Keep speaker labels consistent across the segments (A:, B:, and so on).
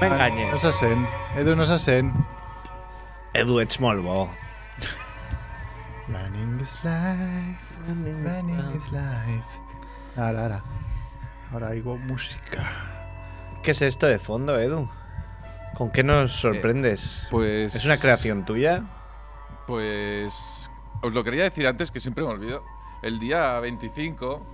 A: m'enganyis.
B: No se sent. Edu, no se sent.
A: Edu, ets molt bo.
B: Running is life, running is life. Ara, ara. Ahora oigo música.
A: ¿Qué es esto de fondo, Edu? ¿Con qué nos sorprendes?
C: Pues.
A: ¿Es una creación tuya?
C: Pues. Os lo quería decir antes, que siempre me olvido. El día 25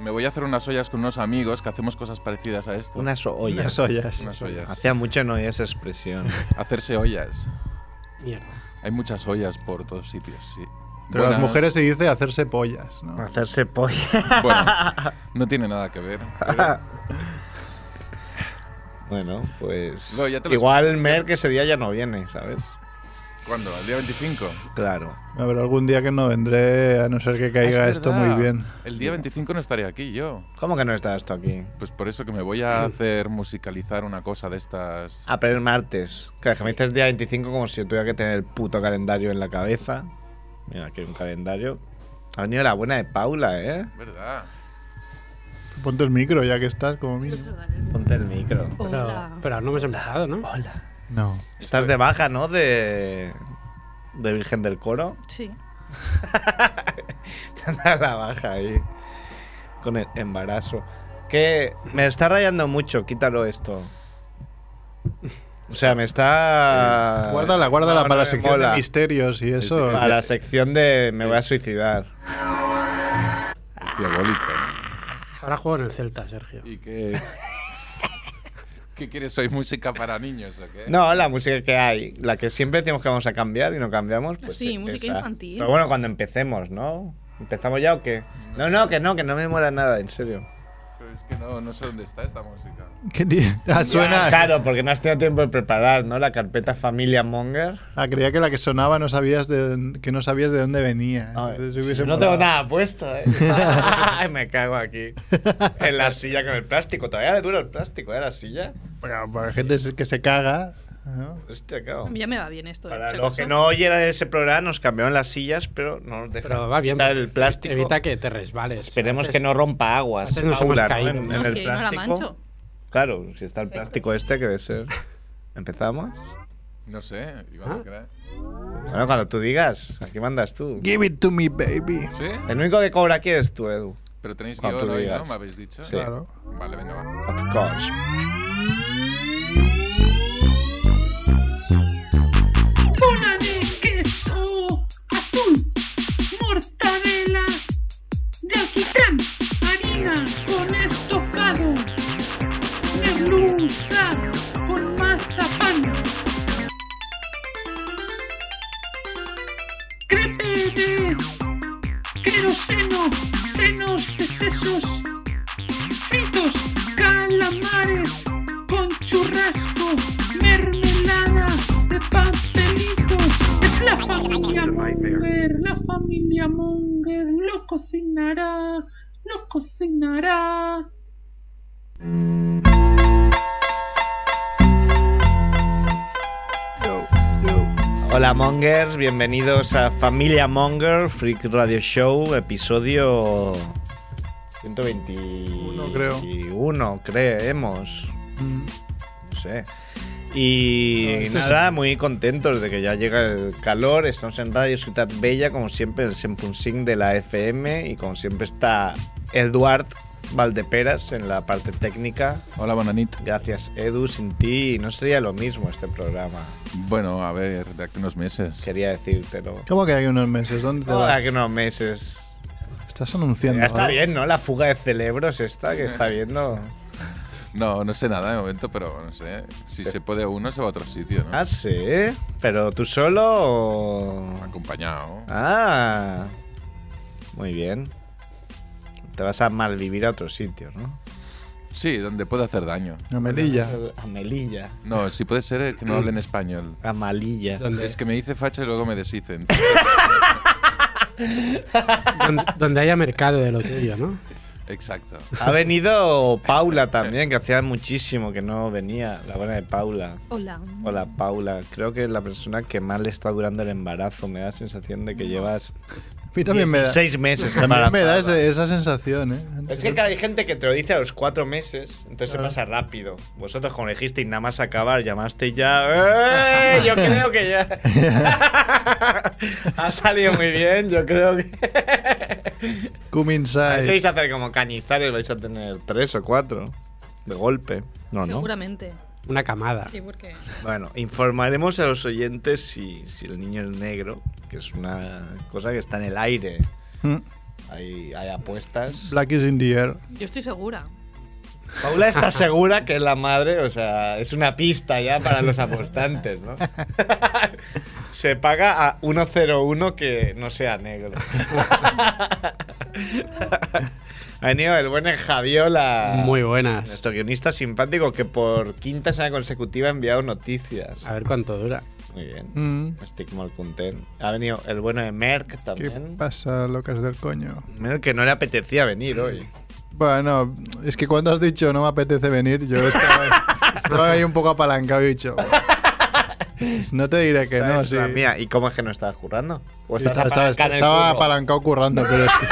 C: me voy a hacer unas ollas con unos amigos que hacemos cosas parecidas a esto.
A: Unas
B: Unas
A: ollas.
B: ollas.
C: Unas ollas.
A: Hacía mucho no oía esa expresión.
C: Hacerse ollas.
D: Mierda.
C: Hay muchas ollas por todos sitios, sí.
B: Pero a las
C: Buenas-
B: mujeres se dice hacerse pollas, ¿no?
A: Hacerse polla.
C: Bueno, no tiene nada que ver. pero-
A: Bueno, pues.
C: No, ya te lo
A: Igual Merck ese día ya no viene, ¿sabes?
C: ¿Cuándo? ¿El día 25?
A: Claro.
B: Habrá algún día que no vendré, a no ser que
C: Ah,
B: caiga
C: es
B: esto
C: verdad.
B: muy bien.
C: El día 25 no estaré aquí yo.
A: ¿Cómo que no está esto aquí?
C: Pues por eso que me voy a hacer musicalizar una cosa de estas.
A: Ah, pero es martes. Claro, que me dices día 25 como si yo tuviera que tener el puto calendario en la cabeza. Mira, aquí hay un calendario. Ha venido la buena de Paula, ¿eh?
C: ¿Verdad?
B: Ponte el micro ya que estás, como mínimo.
A: Ponte el micro.
D: Pero, pero no me has empezado, ¿no?
B: No.
A: Estás de baja, ¿no? De. De Virgen del Coro.
E: Sí.
A: Te han dado la baja ahí. Con el embarazo. Que me está rayando mucho, quítalo esto. O sea, me está.
B: Pues, Guárdala, guárdala
A: Ah, No, no
B: para la
A: me
B: sección de
A: mola. Este,
B: misterios y eso.
A: Para la sección de me voy a suicidar.
C: Es diabólico. ¿eh?
D: Ahora juego en el Celta, Sergio.
C: ¿Y qué? ¿Qué quieres? ¿Soy música para niños o qué?
A: No, la música que hay, la que siempre decimos que vamos a cambiar y no cambiamos. Pues
E: Sí,
A: es
E: música
A: esa.
E: infantil.
A: Pero bueno, cuando empecemos, ¿no? ¿Empezamos ya o qué? No, no, que no, que no me mola nada, en serio.
C: Pero es que no, no sé dónde está esta música.
B: ¿Qué di- Ah, suena.
A: Claro, porque no has tenido tiempo de preparar, ¿no? La carpeta Familia Monger.
B: Ah, creía que la que sonaba no sabías de, que no sabías de dónde venía.
D: Ah,
A: A ver,
B: Entonces
A: si
B: hubiese
A: no tengo
B: molado.
A: nada puesto, ¿eh? Ay, me cago aquí. En la silla con el plástico. Todavía le dura el plástico, ¿eh? La silla.
B: Bueno, para gente que se caga. ¿no?
A: Hostia, cago.
E: A mí ya me va bien esto. eh,
A: Para
E: por si
A: los que
E: acaso.
A: no oyeran ese programa, nos cambiaron las sillas, pero no nos dejaron
D: Pero va bien.
A: quitar el plástico.
D: Evita que te resbales.
A: Esperemos
D: Haces-
A: que no rompa aguas.
D: antes nos hemos caído,
A: En,
D: ¿no?
A: en
E: No,
A: el
E: si no la
A: plástico.
E: mancho.
A: claro, si está el plástico este que debe ser. ¿Empezamos?
C: No sé, Iván,
D: ¿Ah?
C: ¿qué era?
A: Bueno, cuando tú digas, aquí mandas tú.
B: Give it to me, baby.
C: ¿Sí?
A: El único que cobra aquí eres tú, Edu.
C: Pero tenéis
A: Cuando
C: guión
A: tú
C: hoy, ¿no?
A: digas.
C: ¿Me habéis dicho?
A: Sí.
B: Claro.
C: Vale, venga, va.
A: Of course.
F: bola de queso azul, mortadela de alquitrán, harina con estofado, merluza con mazapán, crepe de queroseno, senos de sesos, fritos, calamares con churrasco, mermelada de pastelitos. Es la familia Monger, la familia Monger lo cocinará, lo cocinará.
A: Hola Mongers, bienvenidos a Familia Monger, Freak Radio Show, episodio 121,
B: creo.
A: creemos.
B: Mm.
A: No sé. Y
B: No, este
A: nada, muy contentos de que ya llega el calor. Estamos en Radio Ciudad Bella, como siempre, en el 100.5 de la FM. Y como siempre está Eduard Valdeperas en la parte técnica.
C: Hola, Bonanit.
A: Gracias, Edu. Sin ti no sería lo mismo este programa.
C: Bueno, a ver, de aquí unos meses.
A: Quería decírtelo.
B: ¿Cómo que hay unos meses? ¿Dónde te
A: Ahora
B: vas?
A: Ah, que unos meses.
B: Estás anunciando.
A: Ya está
B: algo.
A: bien, ¿no? La fuga de cerebros esta que está viendo.
C: No, no sé nada de momento, pero no sé. Si se puede uno, se va a otro sitio, ¿no?
A: Ah, sí. Pero tú solo o...
C: Acompañado.
A: Ah. Muy bien. Te vas a malvivir a otros sitios, ¿no?
C: Sí, donde puede hacer daño.
B: A Melilla.
A: A Melilla.
C: No, si puede ser eh, que no hablen español.
A: A Malilla.
D: Donde,
C: Es que me dice facha y luego me deshicen.
D: donde, donde haya mercado de lo tuyo, ¿no?
C: Exacto.
A: Ha venido Paula también, que hacía muchísimo que no venía. La buena de Paula.
E: Hola.
A: Hola Paula, creo que es la persona que más le está durando el embarazo. Me da la sensación de que llevas
B: mí también me da,
A: Seis meses.
B: también me da
A: embarazada.
B: ese- esa sensación, ¿eh?
A: Es que claro, hay gente que te lo dice a los cuatro meses, entonces se pasa rápido. Vosotros, como dijisteis, nada más acabar, llamasteis ya. "Eh, Yo creo que ya. ha salido muy bien, yo creo que.
B: Come
A: Así
B: inside.
A: vais a hacer como cañizares, vais a tener tres o cuatro de golpe. No, no.
E: Seguramente.
D: Una camada.
E: Sí, porque.
A: Bueno, informaremos a los oyentes si, si el niño es negro, que es una cosa que está en el aire.
B: Mm.
A: Hay, hay apuestas.
B: Black is in the air.
E: Yo estoy segura.
A: Paula está segura que es la madre, o sea, es una pista ya para los apostantes, ¿no? Se paga a 101 que no sea negro. ha venido el buen Javiola.
D: Muy buenas.
A: Nuestro guionista simpático que por quinta semana consecutiva ha enviado noticias.
B: Ah.
D: A ver cuánto dura.
A: Muy bien.
B: Mm.
A: Estic molt content. Ha venido el bueno de Merck
B: ¿Qué
A: también.
B: pasa, locas del coño?
A: Merck que no le apetecía venir hoy.
B: Bueno, es que cuando has dicho no me apetece venir, yo estaba, estaba ahí un poco apalancado y he dicho. pues No te diré que no, sí.
A: Esta es la mía. ¿Y cómo es que no estabas currando? ¿O
B: Está- estaba-
A: estás apalancada Pues en el
B: estaba
A: curro?
B: apalancado currando, pero es que.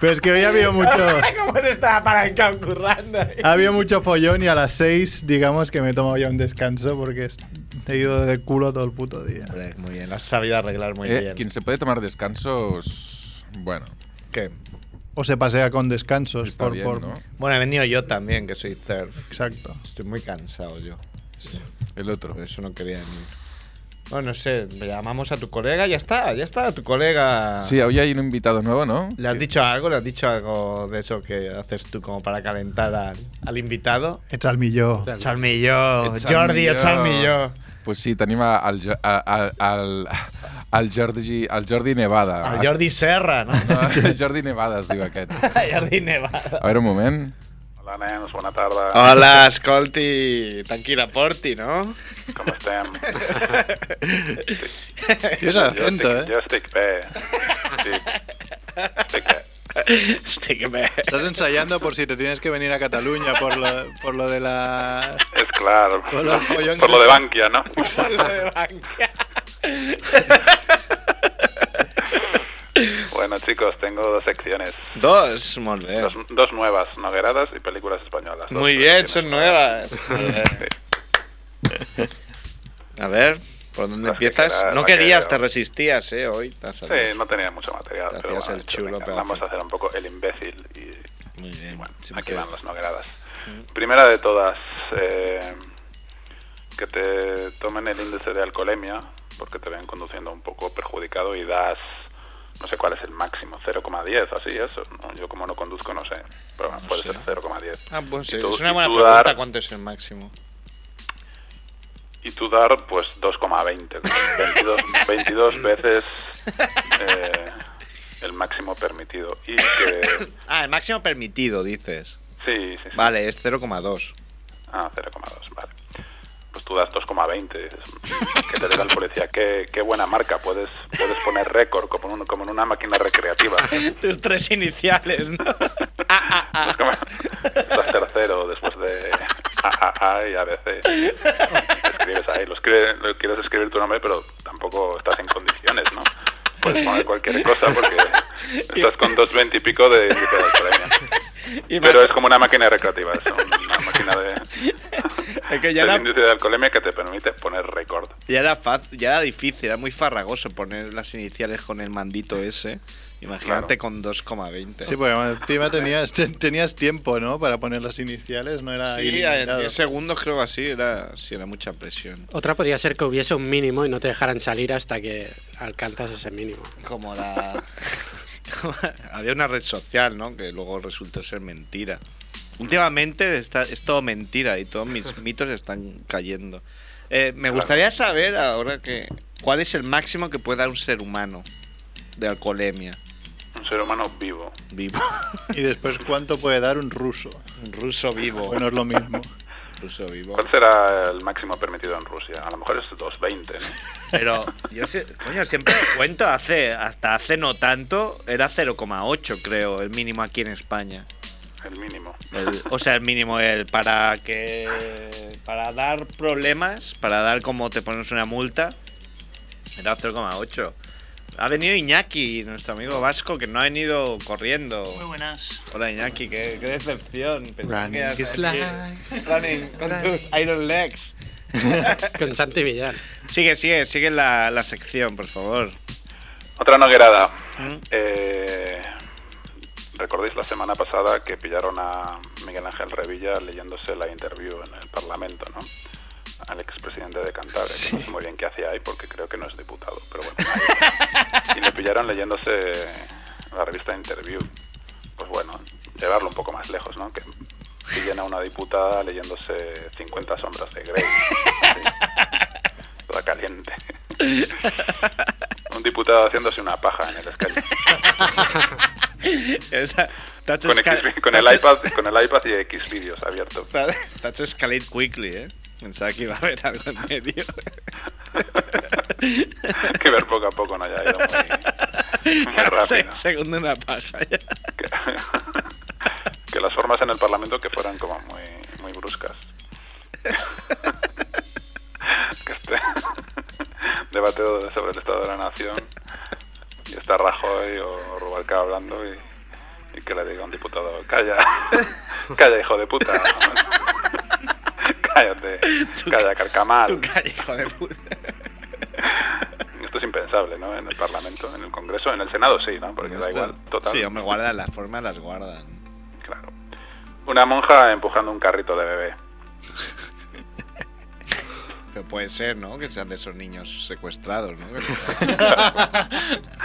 B: pero es que hoy ha habido mucho.
A: ¿Cómo no estaba apalancado currando? ahí?
B: Ha habido mucho follón y a las 6, digamos que me he tomado ya un descanso porque est- he ido de culo todo el puto día.
A: Hombre, Muy bien, lo has sabido arreglar muy
C: Eh,
A: bien.
C: Quien se puede tomar descansos. Bueno,
A: ¿Qué?
B: O se pasea con descansos.
C: está
B: Pues por,
C: bien,
B: por-
C: ¿no?
A: Bueno, he venido yo también, que soy surf.
B: Exacto.
A: Estoy muy cansado yo.
C: El otro.
A: Por eso no quería venir. Bueno, no sé, le llamamos a tu colega, ya está, ya está, tu colega.
C: Sí, hoy hay un invitado nuevo, ¿no?
A: ¿Le has dicho algo? ¿Le has dicho algo de eso que haces tú como para calentar al, al invitado?
B: Echalme yo.
D: Echal-
A: Charmilló,
C: Ets el
A: Jordi,
C: millor.
A: Charmilló.
C: Pues sí, t'anima al, Jo- a- a- al, al, Jordi, al Jordi Nevada.
A: Al Jordi Serra, ¿no?
C: No, Jordi Nevada es diu aquest.
A: Jordi Nevada.
C: A veure, un moment.
G: Hola, nens, bona tarda.
A: Hola, escolti, tranquil·la, porti, no?
G: Com estem?
B: Tienes acento,
G: estic,
B: ¿eh?
G: jo estic bé. Estic, estic bé.
A: Estic bé.
B: Estás ensayando por si te tienes que venir a Cataluña por lo, por lo de la...
G: És clar,
B: Hola, collons.
G: per lo de Bànquia, no? Bueno, chicos, tengo dos secciones.
A: Dos, molt bé.
G: Dos, dos nuevas, nogueradas y películas españolas. Dos
A: Muy bien,
G: secciones.
A: son nuevas. A ver, ¿por dónde
G: Las que
A: empiezas?
G: quieras,
A: No
G: la que
A: querías, te
G: yo.
A: resistías, ¿eh? Hoy te has salido.
G: Sí, no tenía mucho material,
A: Te
G: pero
A: hacías
G: bueno,
A: el
G: he dicho,
A: chulo,
G: venga,
A: pero
G: vamos
A: sí.
G: a hacer un poco el imbécil y
A: Muy bien.
G: Bueno, aquí
A: siempre.
G: van las nogueradas. Primera de todas, eh, que te tomen el índice de alcoholemia porque te ven conduciendo un poco perjudicado y das, no sé cuál es el máximo, 0,10, así eso. ¿no? Yo como no conduzco no sé, pero bueno,
A: No
G: puede
A: sé.
G: ser 0,10.
A: Ah, pues sí,
G: Y tú-
A: es una
G: y
A: buena
G: tú
A: pregunta.
G: dar-
A: ¿Cuánto es el máximo?
G: Y tú dar pues 2,20, ¿no? 22, 22 veces eh, el máximo permitido. Y que...
A: Ah, el máximo permitido, dices.
G: Sí, sí, sí.
A: Vale, es 0,2.
G: Ah, 0,2, vale. Pues tú das 2,20. es- "Mm, Que te diga el policía, qué, qué buena marca. Puedes, puedes poner récord como en, un- como en una máquina recreativa.
A: Tus tres iniciales, ¿no?
G: Es como- das tercero después de AAA y ABC. Escribes ahí, lo, escribe- lo quieres escribir tu nombre, pero tampoco estás en condiciones, ¿no? Puedes poner cualquier cosa porque estás con 2,20 y pico de índice de alcoholemia.
A: Y
G: Pero
A: más-
G: es como una máquina recreativa, es una máquina de,
A: es que ya
G: del
A: era,
G: índice de alcoholemia que te permite poner récord.
A: ya, era faz- ya era difícil, era muy farragoso poner las iniciales con el mandito ese. Imagínate
G: Claro.
A: con 2,20.
B: Sí, porque encima tenías, te- tenías tiempo, ¿no? Para poner las iniciales, no era
A: Sí, en
B: ilimitado.
A: 10 segundos creo así, era, sí, era mucha presión.
D: Otra podría ser que hubiese un mínimo y no te dejaran salir hasta que alcanzas ese mínimo.
A: Como la... Había una red social, ¿no? Que luego resultó ser mentira. Últimamente está, es todo mentira y todos mis mitos están cayendo. Eh, me gustaría saber ahora que cuál es el máximo que puede dar un ser humano de alcoholemia
G: Un ser humano vivo.
A: vivo.
B: Y después, ¿cuánto puede dar un ruso?
A: Un ruso vivo.
B: Bueno, es lo mismo.
A: ruso vivo.
G: ¿Cuál será el máximo permitido en Rusia? A lo mejor es 220, ¿no?
A: Pero yo sé- coño, siempre lo cuento, hace, hasta hace no tanto, era 0,8 creo, el mínimo aquí en España.
G: El mínimo.
A: El- o sea, el mínimo el para que para dar problemas, para dar como te pones una multa, era 0,8. Ha venido Iñaki, nuestro amigo vasco, que no ha venido corriendo.
E: Muy buenas.
A: Hola Iñaki, qué, qué decepción. Pensé
B: Running
A: que ibas a
B: is
A: decir, Running con tus Iron Legs.
D: Con Santi Millán.
A: sigue, sigue, sigue la, la sección, por favor.
G: Otra noguerada.
A: ¿Mm?
G: Eh, Recordéis la semana pasada que pillaron a Miguel Ángel Revilla leyéndose la interview en el Parlamento, ¿no? Al expresidente de Cantabria, que no sé muy bien qué hacía ahí porque creo que no es diputado, pero bueno. ahí. y le pillaron leyéndose la revista Interview. Pues bueno, llevarlo un poco más lejos, ¿no? Que pillen a una diputada leyéndose 50 sombras de Grey. Sí. Toda caliente. un diputado haciéndose una paja en el escaño.
A: Esa- touch
G: con,
A: esca-
G: X- con el
A: touch-
G: iPad, con el iPad y X vídeos abierto.
A: Touch escalate quickly, eh. Pensaba que iba a haber algo en medio.
G: Hay que ver poco a poco, no haya ido muy, muy rápido.
A: Se- segundo una paja. ya.
G: Que, que las formas en el Parlamento que fueran como muy, muy bruscas. que este debate sobre el Estado de la Nación y está Rajoy o Rubalcaba hablando y, y que le diga a un diputado, calla, calla hijo de puta. Cállate,
A: Tú-
G: calla carcamal.
A: Tu calle, hijo de puta.
G: Esto es impensable, ¿no? En el Parlamento, en el Congreso, en el Senado sí, ¿no? Porque da igual, total.
A: Este, Sí, hombre, guardan las formas, las guardan.
G: Claro. Una monja empujando un carrito de bebé.
A: Pero puede ser, ¿no? Que sean de esos niños secuestrados, ¿no?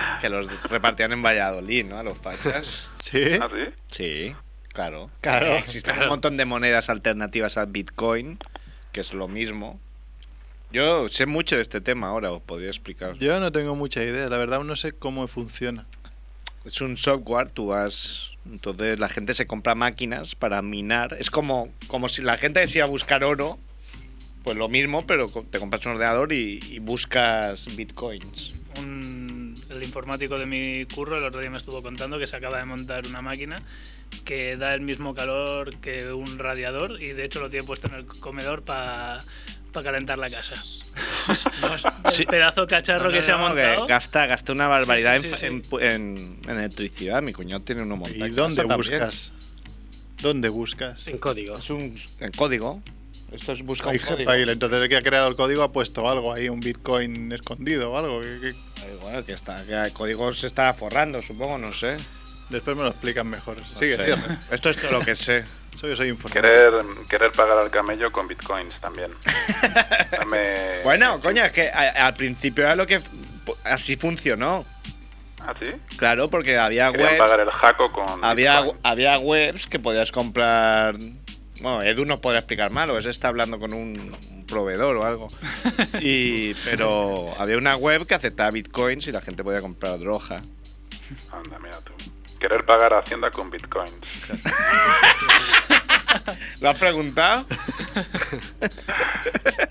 A: que los repartían en Valladolid, ¿no? A los fachas.
B: ¿Sí?
G: ¿Ah, sí?
A: Sí, claro. Eh,
B: Claro.
A: Existen un montón de monedas alternativas al Bitcoin, que es lo mismo. Yo sé mucho de este tema ahora, os podría explicar.
B: Yo no tengo mucha idea, la verdad aún no sé cómo funciona.
A: Es un software, tú vas... Entonces la gente se compra máquinas para minar. Es como, como si la gente decía buscar oro, pues lo mismo, pero co- te compras un ordenador y, y buscas bitcoins.
E: Un- el informático de mi curro el otro día me estuvo contando que se acaba de montar una máquina que da el mismo calor que un radiador y de hecho lo tiene puesto en el comedor para calentar la casa. El
A: Sí.
E: pedazo cacharro que se ha
A: No, no,
E: montado.
A: que gasta, gasta una barbaridad
E: Sí, sí,
A: en-
E: sí, sí.
A: En, en- en electricidad. Mi cuñado tiene uno montado.
B: ¿Y
A: en
B: dónde
A: casa también.
B: buscas? ¿Dónde buscas?
D: En código.
A: Es un en código. Esto es busca un
B: Hay
A: código.
B: jefe ahí, entonces el que ha creado el código ha puesto algo ahí, un bitcoin escondido o algo. que- que-
A: Ay, bueno, que, está, que el código se está forrando, supongo, no sé.
B: Después me lo explican mejor.
A: No
B: Sigue,
A: sé.
B: cierra.
A: Esto es todo lo que sé.
B: Soy, soy informático.
G: Querer, querer pagar al camello con bitcoins también. Dame-
A: Bueno, coño, es que a- al principio era lo que. Así funcionó.
G: ¿Ah, sí?
A: Claro, porque había
G: Querían
A: webs.
G: pagar el jaco con.
A: Había,
G: bitcoin.
A: había webs que podías comprar. Bueno, Edu nos podrá explicar mal, o es está hablando con un un proveedor o algo. Y, pero había una web que aceptaba bitcoins y la gente podía comprar droga.
G: Anda, mira tú. Querer pagar a Hacienda con bitcoins.
A: ¿Lo has preguntado?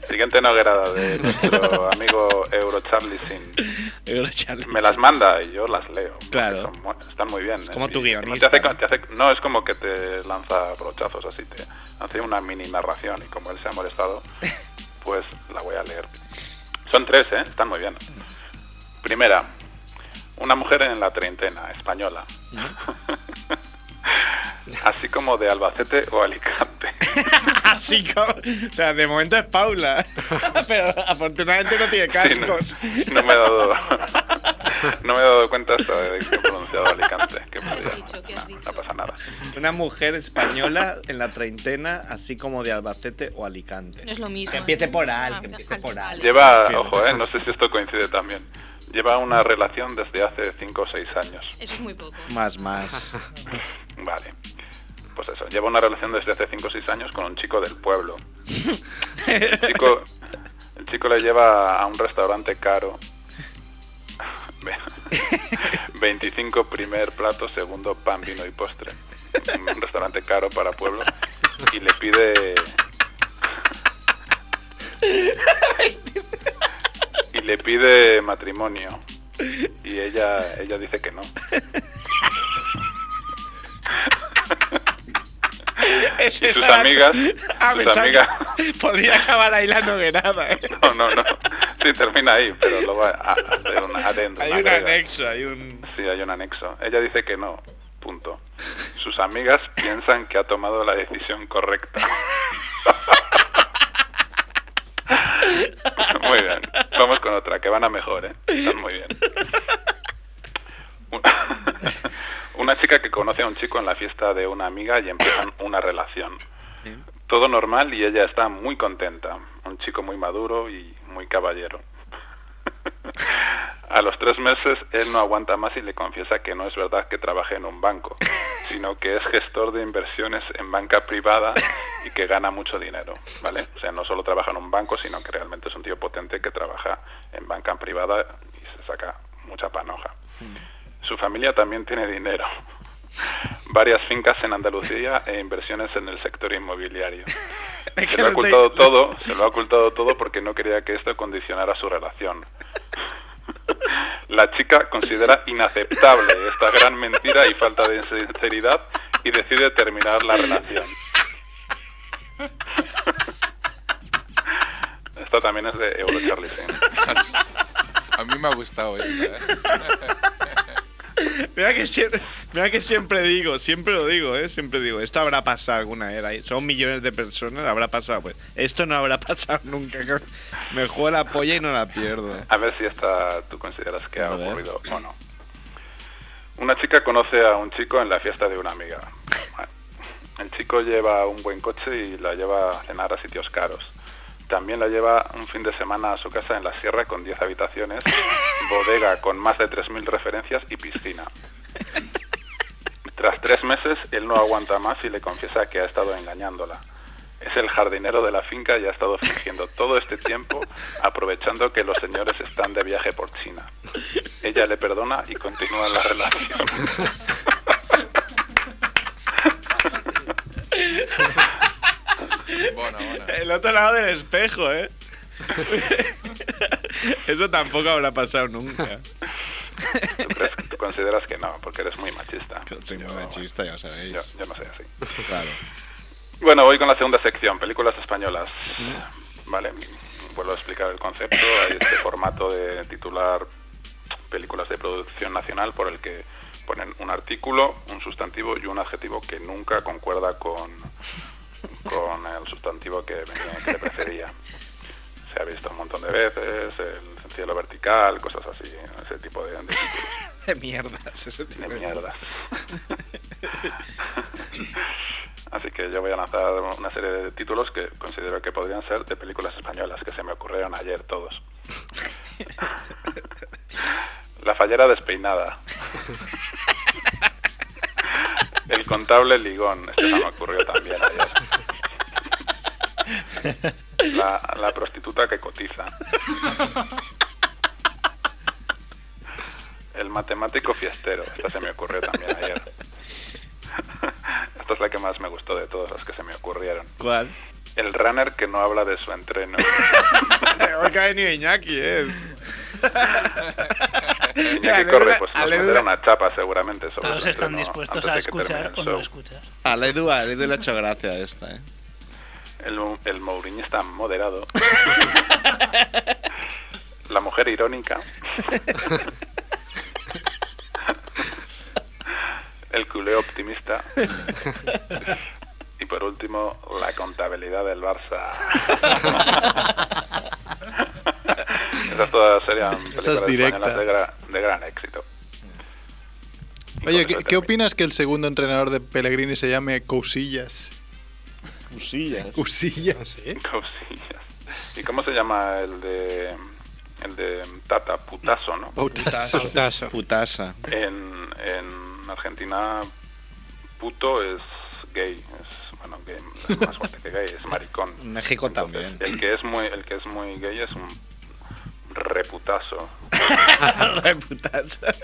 G: Siguiente noguerada de nuestro amigo Eurocharlie Sin.
A: Edu Charlie.
G: Me las manda y yo las leo. porque
A: Claro.
G: son mu- están muy bien.
A: Es como
G: Y-
A: tu
G: y
A: guionista.
G: te hace co- te hace- no es como que te lanza brochazos así, te hace una mini narración y como él se ha molestado, pues la voy a leer. Son tres, ¿eh? Están muy bien. Primera, una mujer en la treintena, española.
A: ¿Mm?
G: así como de Albacete o Alicante.
A: Así como. Ah, O sea, de momento es Paula. Pero afortunadamente no tiene
G: Sí, no,
A: cascos.
G: no me he dado no me he dado cuenta hasta de que he pronunciado Alicante que
H: ¿Qué has
G: podía-
H: dicho? ¿Qué has
G: no,
H: dicho?
G: no pasa nada
A: Una mujer española en la treintena, así como de Albacete o Alicante.
H: No es lo mismo.
A: Que
E: ¿eh?
A: empiece por Al,
H: Ah,
A: que empiece por Al.
H: vale.
G: lleva
A: Sí.
G: ojo eh no sé si esto coincide también lleva una relación desde hace 5 o 6 años
H: Eso es muy poco.
A: Más, más.
G: vale pues eso lleva una relación desde hace 5 o 6 años con un chico del pueblo el chico el chico le lleva a un restaurante caro 25 primer plato, segundo pan, vino y postre. Un restaurante caro para pueblo. Y le pide. Y le pide matrimonio. Y ella, ella dice que no.
A: Es Ah,
G: sus amigas, sus amigas.
A: Podría acabar ahí la noguerada. ¿eh?
G: No, no, no. Sí, termina ahí, pero luego a- a- hace un adendum,
A: Hay un
G: agrega.
A: anexo, hay un.
G: Sí, hay un anexo. Ella dice que no. Punto. Sus amigas piensan que ha tomado la decisión correcta. muy bien. Vamos con otra, que van a mejor, ¿eh? Están muy bien. Una- Una chica que conoce a un chico en la fiesta de una amiga y empiezan una relación. Todo normal y ella está muy contenta. Un chico muy maduro y muy caballero. A los tres meses él no aguanta más y le confiesa que no es verdad que trabaje en un banco, sino que es gestor de inversiones en banca privada y que gana mucho dinero, ¿vale? O sea, no solo trabaja en un banco, sino que realmente es un tío potente que trabaja en banca privada y se saca mucha panoja. Su familia también tiene dinero. Varias fincas en Andalucía e inversiones en el sector inmobiliario. Se lo ha ocultado todo, se lo ha ocultado todo porque no quería que esto condicionara su relación. La chica considera inaceptable esta gran mentira y falta de sinceridad y decide terminar la relación. Esta también es de Eurocharlie, sí.
C: A mí me ha gustado esta. ¿eh?
A: Mira que, siempre, mira que siempre digo, siempre lo digo, ¿eh? Siempre digo, esto habrá pasado alguna era. y Son millones de personas, habrá pasado. Pues esto no habrá pasado nunca. que Me juego la polla y no la pierdo.
G: A ver si esta tú consideras que ha
A: A ver.
G: ocurrido o no. Una chica conoce a un chico en la fiesta de una amiga. El chico lleva un buen coche y la lleva a cenar a sitios caros. También la lleva un fin de semana a su casa en la sierra con 10 habitaciones, bodega con más de 3.000 referencias y piscina. Tras tres meses, él no aguanta más y le confiesa que ha estado engañándola. Es el jardinero de la finca y ha estado fingiendo todo este tiempo, aprovechando que los señores están de viaje por China. Ella le perdona y continúa la relación.
C: Bona, bona.
A: El otro lado del espejo, ¿eh? Eso tampoco habrá pasado nunca.
G: ¿Tú, crees- tú consideras que no, porque eres muy machista.
A: Soy muy
G: Yo-
A: machista, ya sabéis.
G: Yo, yo no soy así.
A: Claro.
G: Bueno, voy con la segunda sección, películas españolas. Vale, vuelvo a explicar el concepto. Hay este formato de titular películas de producción nacional por el que ponen un artículo, un sustantivo y un adjetivo que nunca concuerda con, con el sustantivo que, venía- que le precedía. Se ha visto un montón de veces, el cielo vertical, cosas así, ese tipo de, de
A: De mierdas. ese tipo
G: de mierda. Así que yo voy a lanzar una serie de títulos que considero que podrían ser de películas españolas que se me ocurrieron ayer todos. La fallera despeinada. El contable ligón. Este se me ocurrió también ayer. La, la prostituta que cotiza. El matemático fiestero. Esta se me ocurrió también ayer. Esta es la que más me gustó de todas las que se me ocurrieron.
A: ¿Cuál?
G: El runner que no habla de su entreno.
A: Hoy que ha venido Iñaki, ¿eh?
G: Iñaki corre, pues nos mandará una chapa seguramente sobre
E: Todos
G: el
E: están
G: entreno
E: dispuestos
G: antes
E: a
G: de que termine
E: escuchar
G: el
E: o no
G: show.
E: escuchar.
A: A la Edu, a la Edu le ha hecho gracia esta, ¿eh?
G: El, mo- el mouriñista moderado. La mujer irónica. El culeo optimista. Y por último, la contabilidad del Barça. Esas todas serían películas
B: Esa es directa.
G: españolas de, gra- de gran éxito. Y con
B: Oye,
G: eso
B: ¿qué, qué
G: termino.
B: opinas que el segundo entrenador de Pellegrini se llame Cousillas?
A: Cusillas. Ah,
B: Cousillas.
G: Cosillas. ¿Y cómo se llama el de el de Tata Putazo, no?
B: Bautista.
D: Pautazo.
A: Putasa.
G: En, en Argentina puto es gay, es bueno, gay, es más fuerte que gay, es maricón.
A: En México
G: Entonces,
A: también.
G: El que es muy el que es muy gay es un reputazo.
A: Re putasa.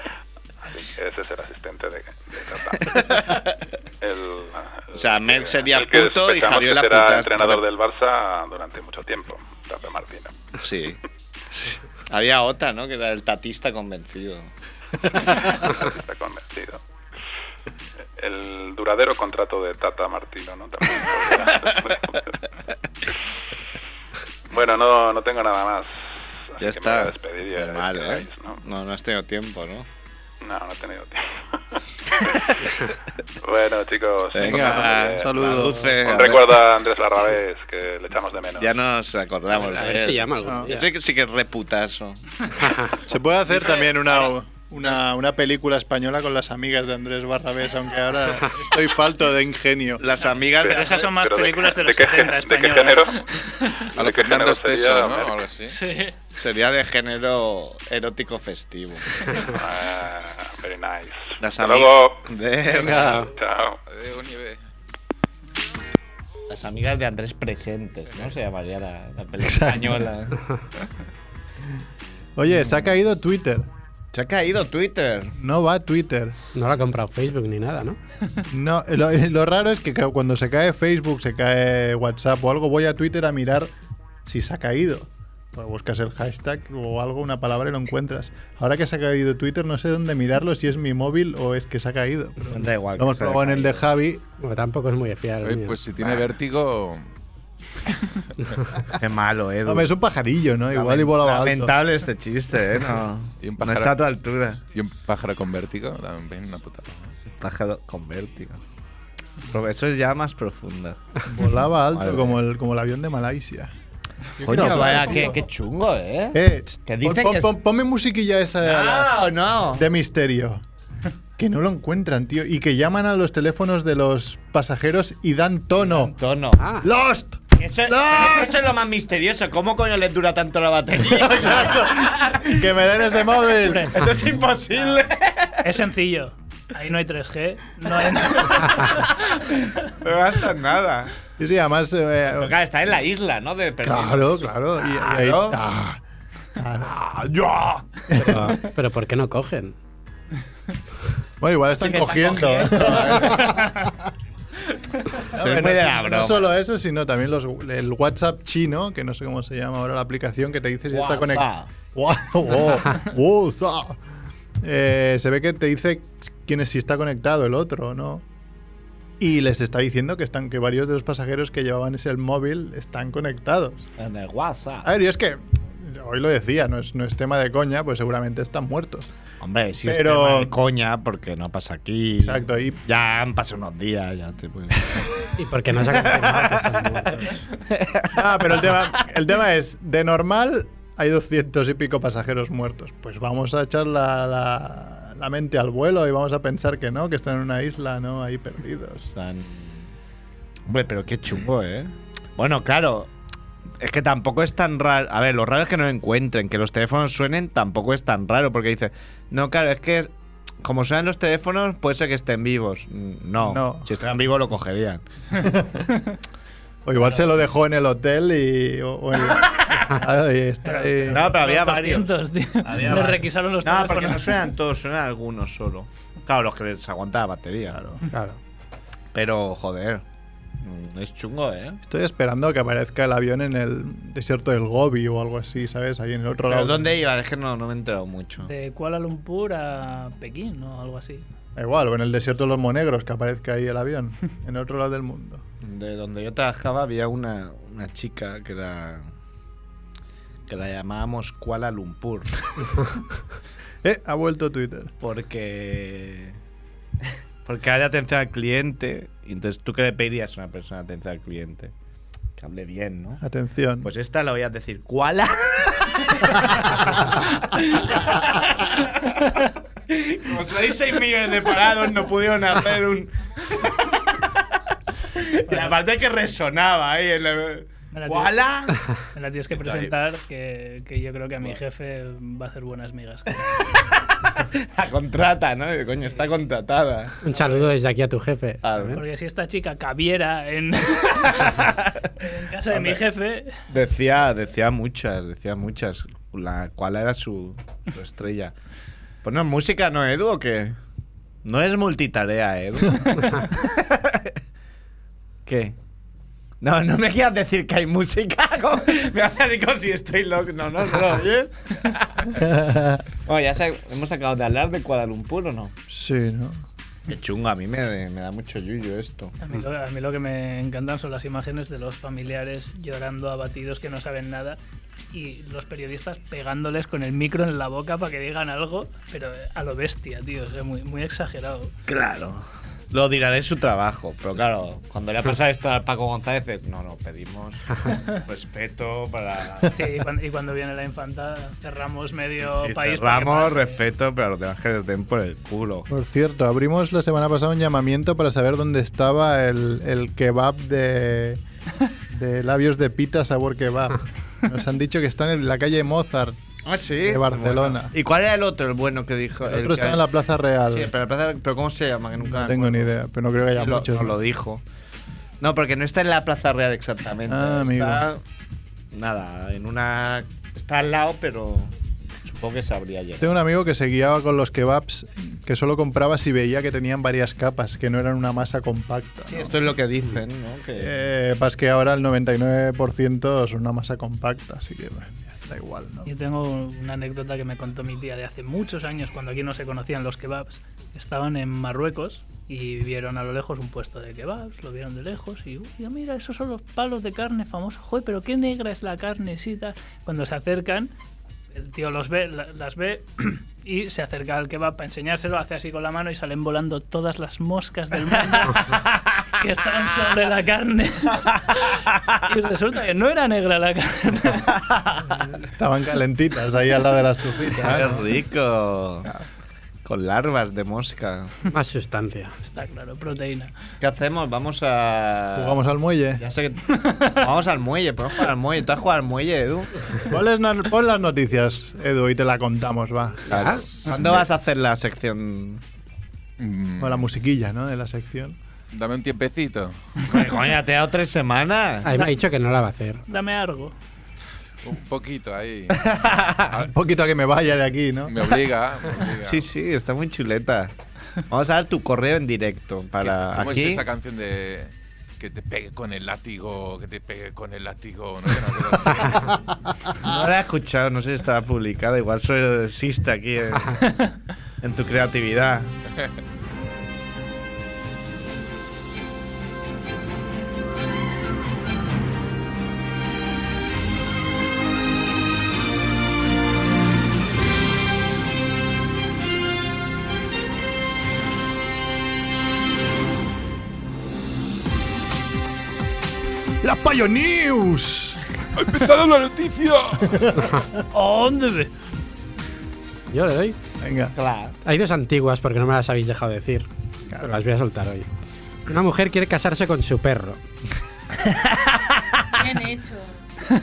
G: Así que ese es el asistente de, de Tata. El,
A: O sea, Mer sería
G: el que
A: puto y
G: sospechamos
A: Javiola
G: que será
A: putazo.
G: entrenador del Barça durante mucho tiempo, Tata Martino.
A: Sí. Había otra, ¿no? Que era el tatista convencido.
G: Está convencido. El duradero contrato de Tata Martino, ¿no? También podría- bueno, no, no tengo nada más. Así
A: Ya
G: que me voy
A: está.
G: a despedir y
A: Qué
G: a-
A: mal,
G: que
A: ¿eh?
G: veáis, ¿no?
A: No, no has tenido tiempo, ¿no?
G: No, no he tenido tiempo. bueno, chicos,
A: Venga,
G: eh,
A: un
B: saludo.
A: dulce, a
G: un
A: ver.
G: recuerdo a Andrés Larrabés, que le echamos de menos.
A: Ya nos acordamos
D: A
A: de
D: ver
A: él.
D: si llama algún
B: Ah.
D: día.
A: Ese que sí que es reputazo.
B: Se puede hacer también una, una, una película española con las amigas de Andrés Barrabés, aunque ahora estoy falto de ingenio.
A: Las amigas
G: Pero-
E: Pero esas son más
G: pero
E: películas de,
G: qué-
E: los
G: qué
E: 70
G: gen- ¿De qué
E: españolas.
G: género? ¿De
C: A lo
G: qué género
C: Fernando
G: sería
C: Esteso, ¿no?
G: Merck?
C: O algo así.
E: Sí.
A: sería de género erótico festivo.
G: Ah, very nice.
A: Las
G: Hasta luego.
A: ami-
B: Venga.
G: Chao.
C: Adeu, Nive.
A: Las amigas de Andrés Presentes, ¿no? Se llamaría la, la película española.
B: Oye, se ha caído Twitter.
A: Se ha caído Twitter.
B: No va Twitter.
D: No lo ha comprado Facebook ni nada, ¿no?
B: No, lo, lo raro es que ca- cuando se cae Facebook, se cae WhatsApp o algo, voy a Twitter a mirar si se ha caído. Pues buscas el hashtag o algo, una palabra y lo encuentras. Ahora que se ha caído Twitter, no sé dónde mirarlo, si es mi móvil o es que se ha caído. Pero
A: Pues Da igual. que
B: Lo hemos
A: se haya
B: probado en el de
A: caído.
B: Javi.
D: Bueno, tampoco es muy de fiar. el
C: Oye,
D: mío.
C: pues si tiene vértigo.
A: Qué malo, Edu.
B: Hombre, es un pajarillo, ¿no? Igual y volaba alto.
A: Lamentable este chiste, ¿eh? No,
C: Y un
A: no
C: pájaro.
A: está a tu altura.
C: ¿Y un pájaro con vértigo? También una putada.
A: Pájaro con vértigo. Pero Eso es ya más profundo.
B: Volaba
A: Madre
B: alto como el, como el avión de Malaisia. Yo
A: Coño,
B: quiero
A: vaya,
B: hablar
A: qué,
B: contigo.
A: qué chungo, ¿eh?
B: Eh, tss,
A: Que dicen
B: pon-
A: que
B: pon-
A: es-
B: ponme musiquilla esa de, la-
A: No, no.
B: de misterio. Que no lo encuentran, tío. Y que llaman a los teléfonos de los pasajeros y dan tono.
A: Tono.
D: Ah,
B: ¡Lost!
A: Eso,
B: ¡No!
A: eso es lo más misterioso. ¿Cómo coño les dura tanto la batería?
B: ¡Que me den ese móvil!
A: Eso es imposible.
E: Es sencillo. Ahí no hay 3G, no hay
A: No gastas nada.
B: Sí, sí, además. eh,
A: Pero Pues claro, está en la isla, ¿no? De perdido.
B: claro, claro. Y, y ahí-
A: Claro.
B: ah, claro.
A: Ah, ya.
D: pero, pero ¿por qué no cogen?
B: Bueno, igual están cogiendo. ¿eh?
A: Soy
B: Hombre,
A: muy de
B: no-
A: la broma.
B: No solo eso, sino también los, el WhatsApp chino, que no sé cómo se llama ahora la aplicación, que te dice si está conectado.
A: WhatsApp.
B: WhatsApp. Eh, se ve que te dice quién es, si está conectado el otro, ¿no? Y les está diciendo que están que varios de los pasajeros que llevaban ese móvil están conectados.
A: En el WhatsApp.
B: A ver, y es que hoy lo decía, no es, no es tema de coña, pues seguramente están muertos.
A: Hombre, si es
B: Pero-
A: tema de coña, porque no pasa aquí.
B: Exacto, y-
A: Ya han pasado unos días, ya te puedes-
D: ¿Y por qué no se ha confirmado que están muertos?
B: Ah, pero el tema, el tema es, de normal hay 200 y pico pasajeros muertos. Pues vamos a echar la, la- la mente al vuelo y vamos a pensar que no, que están en una isla, ¿no? Ahí perdidos.
A: Tan- Hombre, pero qué chungo, ¿eh? Bueno, claro. Es que tampoco es tan raro. A ver, lo raro es que no lo encuentren, que los teléfonos suenen tampoco es tan raro, porque dice, no, claro, es que como suenan los teléfonos, puede ser que estén vivos. Mm, No,
B: No.
A: si estuvieran vivos lo cogerían.
B: O igual se lo dejó en el hotel y... o- o en- Claro, y está eh, ahí.
A: No, pero había más. tíos.
E: variantos, tío.
A: Había
E: Le
A: más.
E: requisaron los
A: No, porque
E: teléfonos.
A: no suenan todos, suenan algunos solo. Claro, los que les aguanta la batería. Claro.
D: Claro.
A: Pero, joder, mm, es chungo, ¿eh?
B: Estoy esperando que aparezca el avión en el desierto del Gobi o algo así, ¿sabes? Ahí en el otro
A: ¿Pero
B: lado.
A: dónde iban? Es que no, no me he enterado mucho.
E: De Kuala Lumpur a Pekín o algo así.
B: Da Igual, o en el desierto de los Monegros que aparezca ahí el avión, en otro lado del mundo.
A: De donde yo trabajaba había una, una chica que era. que la llamábamos Kuala Lumpur.
B: Eh, ha vuelto Twitter.
A: Porque. porque hay atención al cliente. Y entonces, ¿tú qué le pedirías a una persona de atención al cliente? Que hable bien, ¿no?
B: Atención.
A: Pues esta la voy a decir, Kuala. Como sois 6 millones de parados, no pudieron hacer un. y aparte que resonaba ahí. en la-
E: Me la tiro.
A: Kuala.
E: Me la tienes que presentar, que, que yo creo que a mi jefe va a hacer buenas migas.
A: La contrata, ¿no? Y, Coño, está contratada.
D: Un saludo desde aquí a tu jefe.
A: A ver.
E: Porque si esta chica cabiera en, en casa de mi
A: Hombre.
E: jefe,
A: Decía, decía muchas, decía muchas. La cual era su, su estrella. Ponos música, ¿no, Edu? ¿O qué? No es multitarea, Edu. ¿Qué? No, no me quieras decir que hay música. como- Me hace así como si estoy loco. No, no, no, ¿eh? ¿oyes? bueno, ya sa- hemos acabado de hablar de Kuala Lumpur, ¿o no?
B: Sí, ¿no?
A: Qué chungo, a mí me, me da mucho yuyo esto.
E: a mí, lo, a mí lo que me encantan son las imágenes de los familiares llorando abatidos que no saben nada y los periodistas pegándoles con el micro en la boca para que digan algo, pero eh, a lo bestia, tío, o sea, muy, muy exagerado.
A: Claro. Lo dirán en su trabajo, pero claro, cuando le ha pasado esto a Paco González, eh, no, no, pedimos respeto para.
E: Sí, y, cuando, y cuando viene la infanta cerramos medio
A: Sí,
E: país. para que
A: cerramos,
E: pase.
A: respeto, pero los demás que les den por el culo.
B: Por cierto, abrimos la semana pasada un llamamiento para saber dónde estaba el, el kebab de, de labios de pita sabor kebab. Nos han dicho que está en la calle Mozart.
A: Ah, sí.
B: De Barcelona.
A: ¿Y cuál era el otro, el bueno que dijo?
B: El otro
A: que-
B: está en la Plaza Real.
A: Sí, pero, la plaza- pero ¿cómo se llama? Que
B: no
A: nunca me
B: tengo ni
A: acuerdo.
B: idea, pero no creo que haya
A: lo,
B: muchos.
A: no lo dijo. No, porque no está en la Plaza Real exactamente.
B: Ah,
A: está,
B: amigo.
A: nada, en una. Está al lado, pero supongo que sabría llegar.
B: Tengo un amigo que se guiaba con los kebabs que solo compraba si veía que tenían varias capas, que no eran una masa compacta.
A: Sí,
B: ¿no?
A: esto es lo que dicen, ¿no? Que-
B: Eh, pasa que ahora el 99% es una masa compacta, así que bueno, da igual, ¿no?
E: Yo tengo una anécdota que me contó mi tía de hace muchos años, cuando aquí no se conocían los kebabs. Estaban en Marruecos y vieron a lo lejos un puesto de kebabs, lo vieron de lejos y, uy, mira, esos son los palos de carne famosos. Joder, pero qué negra es la carnecita. Cuando se acercan, el tío los ve, la- las ve y se acerca al kebab para enseñárselo, hace así con la mano y salen volando todas las moscas del mundo que estaban sobre la carne. y resulta que no era negra la carne.
B: Estaban calentitas ahí al lado de ¿eh? la estufita.
A: ¡Qué
B: ¿no?
A: rico! Con larvas de mosca.
D: Más sustancia.
E: Está claro, proteína.
A: ¿Qué hacemos? Vamos a.
B: Jugamos al muelle.
A: Ya sé que- Vamos al muelle, podemos jugar al muelle. ¿Tú has jugado al muelle, Edu?
B: Ponles na- Pon las noticias, Edu, y te la contamos, va.
A: Ah. ¿Cuándo vas a hacer la sección?
C: Mm,
B: Con la musiquilla, ¿no? De la sección.
C: Dame un tiempecito.
A: Coño, te he dado tres semanas.
D: Ahí me ha dicho que no la va a hacer.
E: Dame algo.
C: Un poquito ahí.
B: Un poquito a que me vaya de aquí, ¿no?
C: Me obliga. me obliga.
A: Sí, sí, está muy chuleta. Vamos a dar tu correo en directo
C: ¿Qué-
A: para
C: ¿Cómo
A: aquí.
C: es esa canción de que te pegue con el látigo, que te pegue con el látigo? ¿no? Era una cosa así.
A: No la he escuchado, no sé si estaba publicada. Igual solo existe aquí en, en tu creatividad.
B: ¡Las Payo News!
C: ¡Ha empezado la noticia!
E: ¿A dónde ve?
D: Yo le doy.
B: Venga.
D: Hay dos antiguas porque no me las habéis dejado decir. Pero las voy a soltar hoy. Una mujer quiere casarse con su perro.
H: Bien hecho.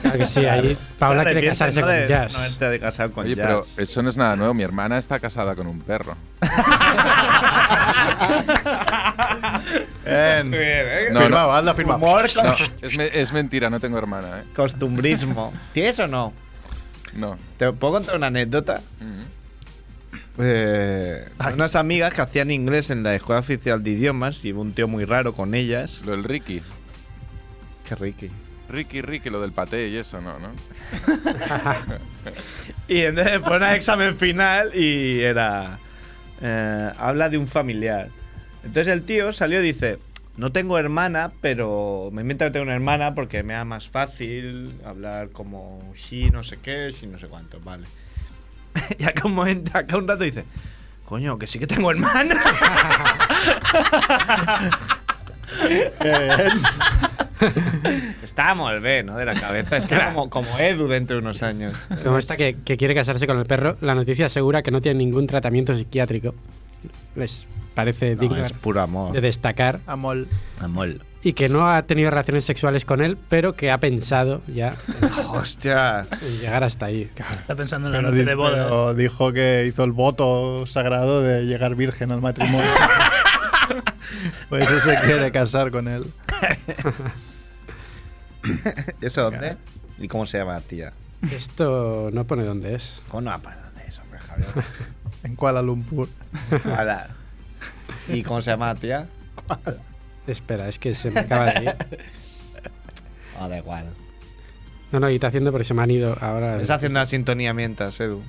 D: Claro que sí, ahí Paula
A: Te
D: quiere
A: arrepientes,
D: casarse
A: ¿no?
D: con
A: de
D: Jazz.
A: No haberte de casar con
C: Oye,
A: jazz.
C: pero eso no es nada nuevo. Mi hermana está casada con un perro.
B: Bien.
A: Muy bien, ¿eh?
C: No,
B: firma,
C: no.
B: haz la firma.
A: Humor con-
C: No, es, me- es mentira, no tengo hermana, ¿eh?
A: costumbrismo. ¿Tienes o no?
C: No.
A: ¿Te puedo contar una anécdota?
C: Mm.
A: Eh, unas amigas que hacían inglés en la escuela oficial de idiomas y hubo un tío muy raro con ellas.
C: Lo del Ricky.
A: Qué Ricky.
C: Ricky, Ricky, lo del paté y eso, ¿no? ¿no?
A: Y entonces fue un examen final y era. eh, habla de un familiar. Entonces el tío salió y dice: No tengo hermana, pero me invento que tengo una hermana porque me da más fácil hablar como sí, no sé qué, sí, no sé cuánto, vale. Y acá un momento, acá un rato dice: Coño, que sí que tengo hermana.
B: Bien.
A: Está muy bien, ¿no? De la cabeza. Está como, como Edu dentro de unos años.
D: Como esta que, que quiere casarse con el perro, la noticia asegura que no tiene ningún tratamiento psiquiátrico. Les parece digno
A: es puro
D: de
A: amor.
D: destacar.
B: Amol.
A: Amor.
D: Y que no ha tenido relaciones sexuales con él, pero que ha pensado ya
A: Hostia.
D: en llegar hasta ahí.
E: Está pensando en la
B: Pero,
E: noche
B: di-
E: de boda.
B: pero dijo que hizo el voto sagrado de llegar virgen al matrimonio. Por eso se quiere casar con él.
A: ¿Eso dónde? ¿Y cómo se llama la tía?
D: Esto no pone dónde es.
A: ¿Cómo Pues no para de eso, hombre, Javier?
B: En Kuala Lumpur.
A: Ala. ¿Y cómo se llama la tía?
D: Espera, es que se me acaba de ir.
A: Ah, da igual.
D: No, no, y está haciendo porque se me han ido ahora.
A: Estás haciendo la sintonía mientras, Edu.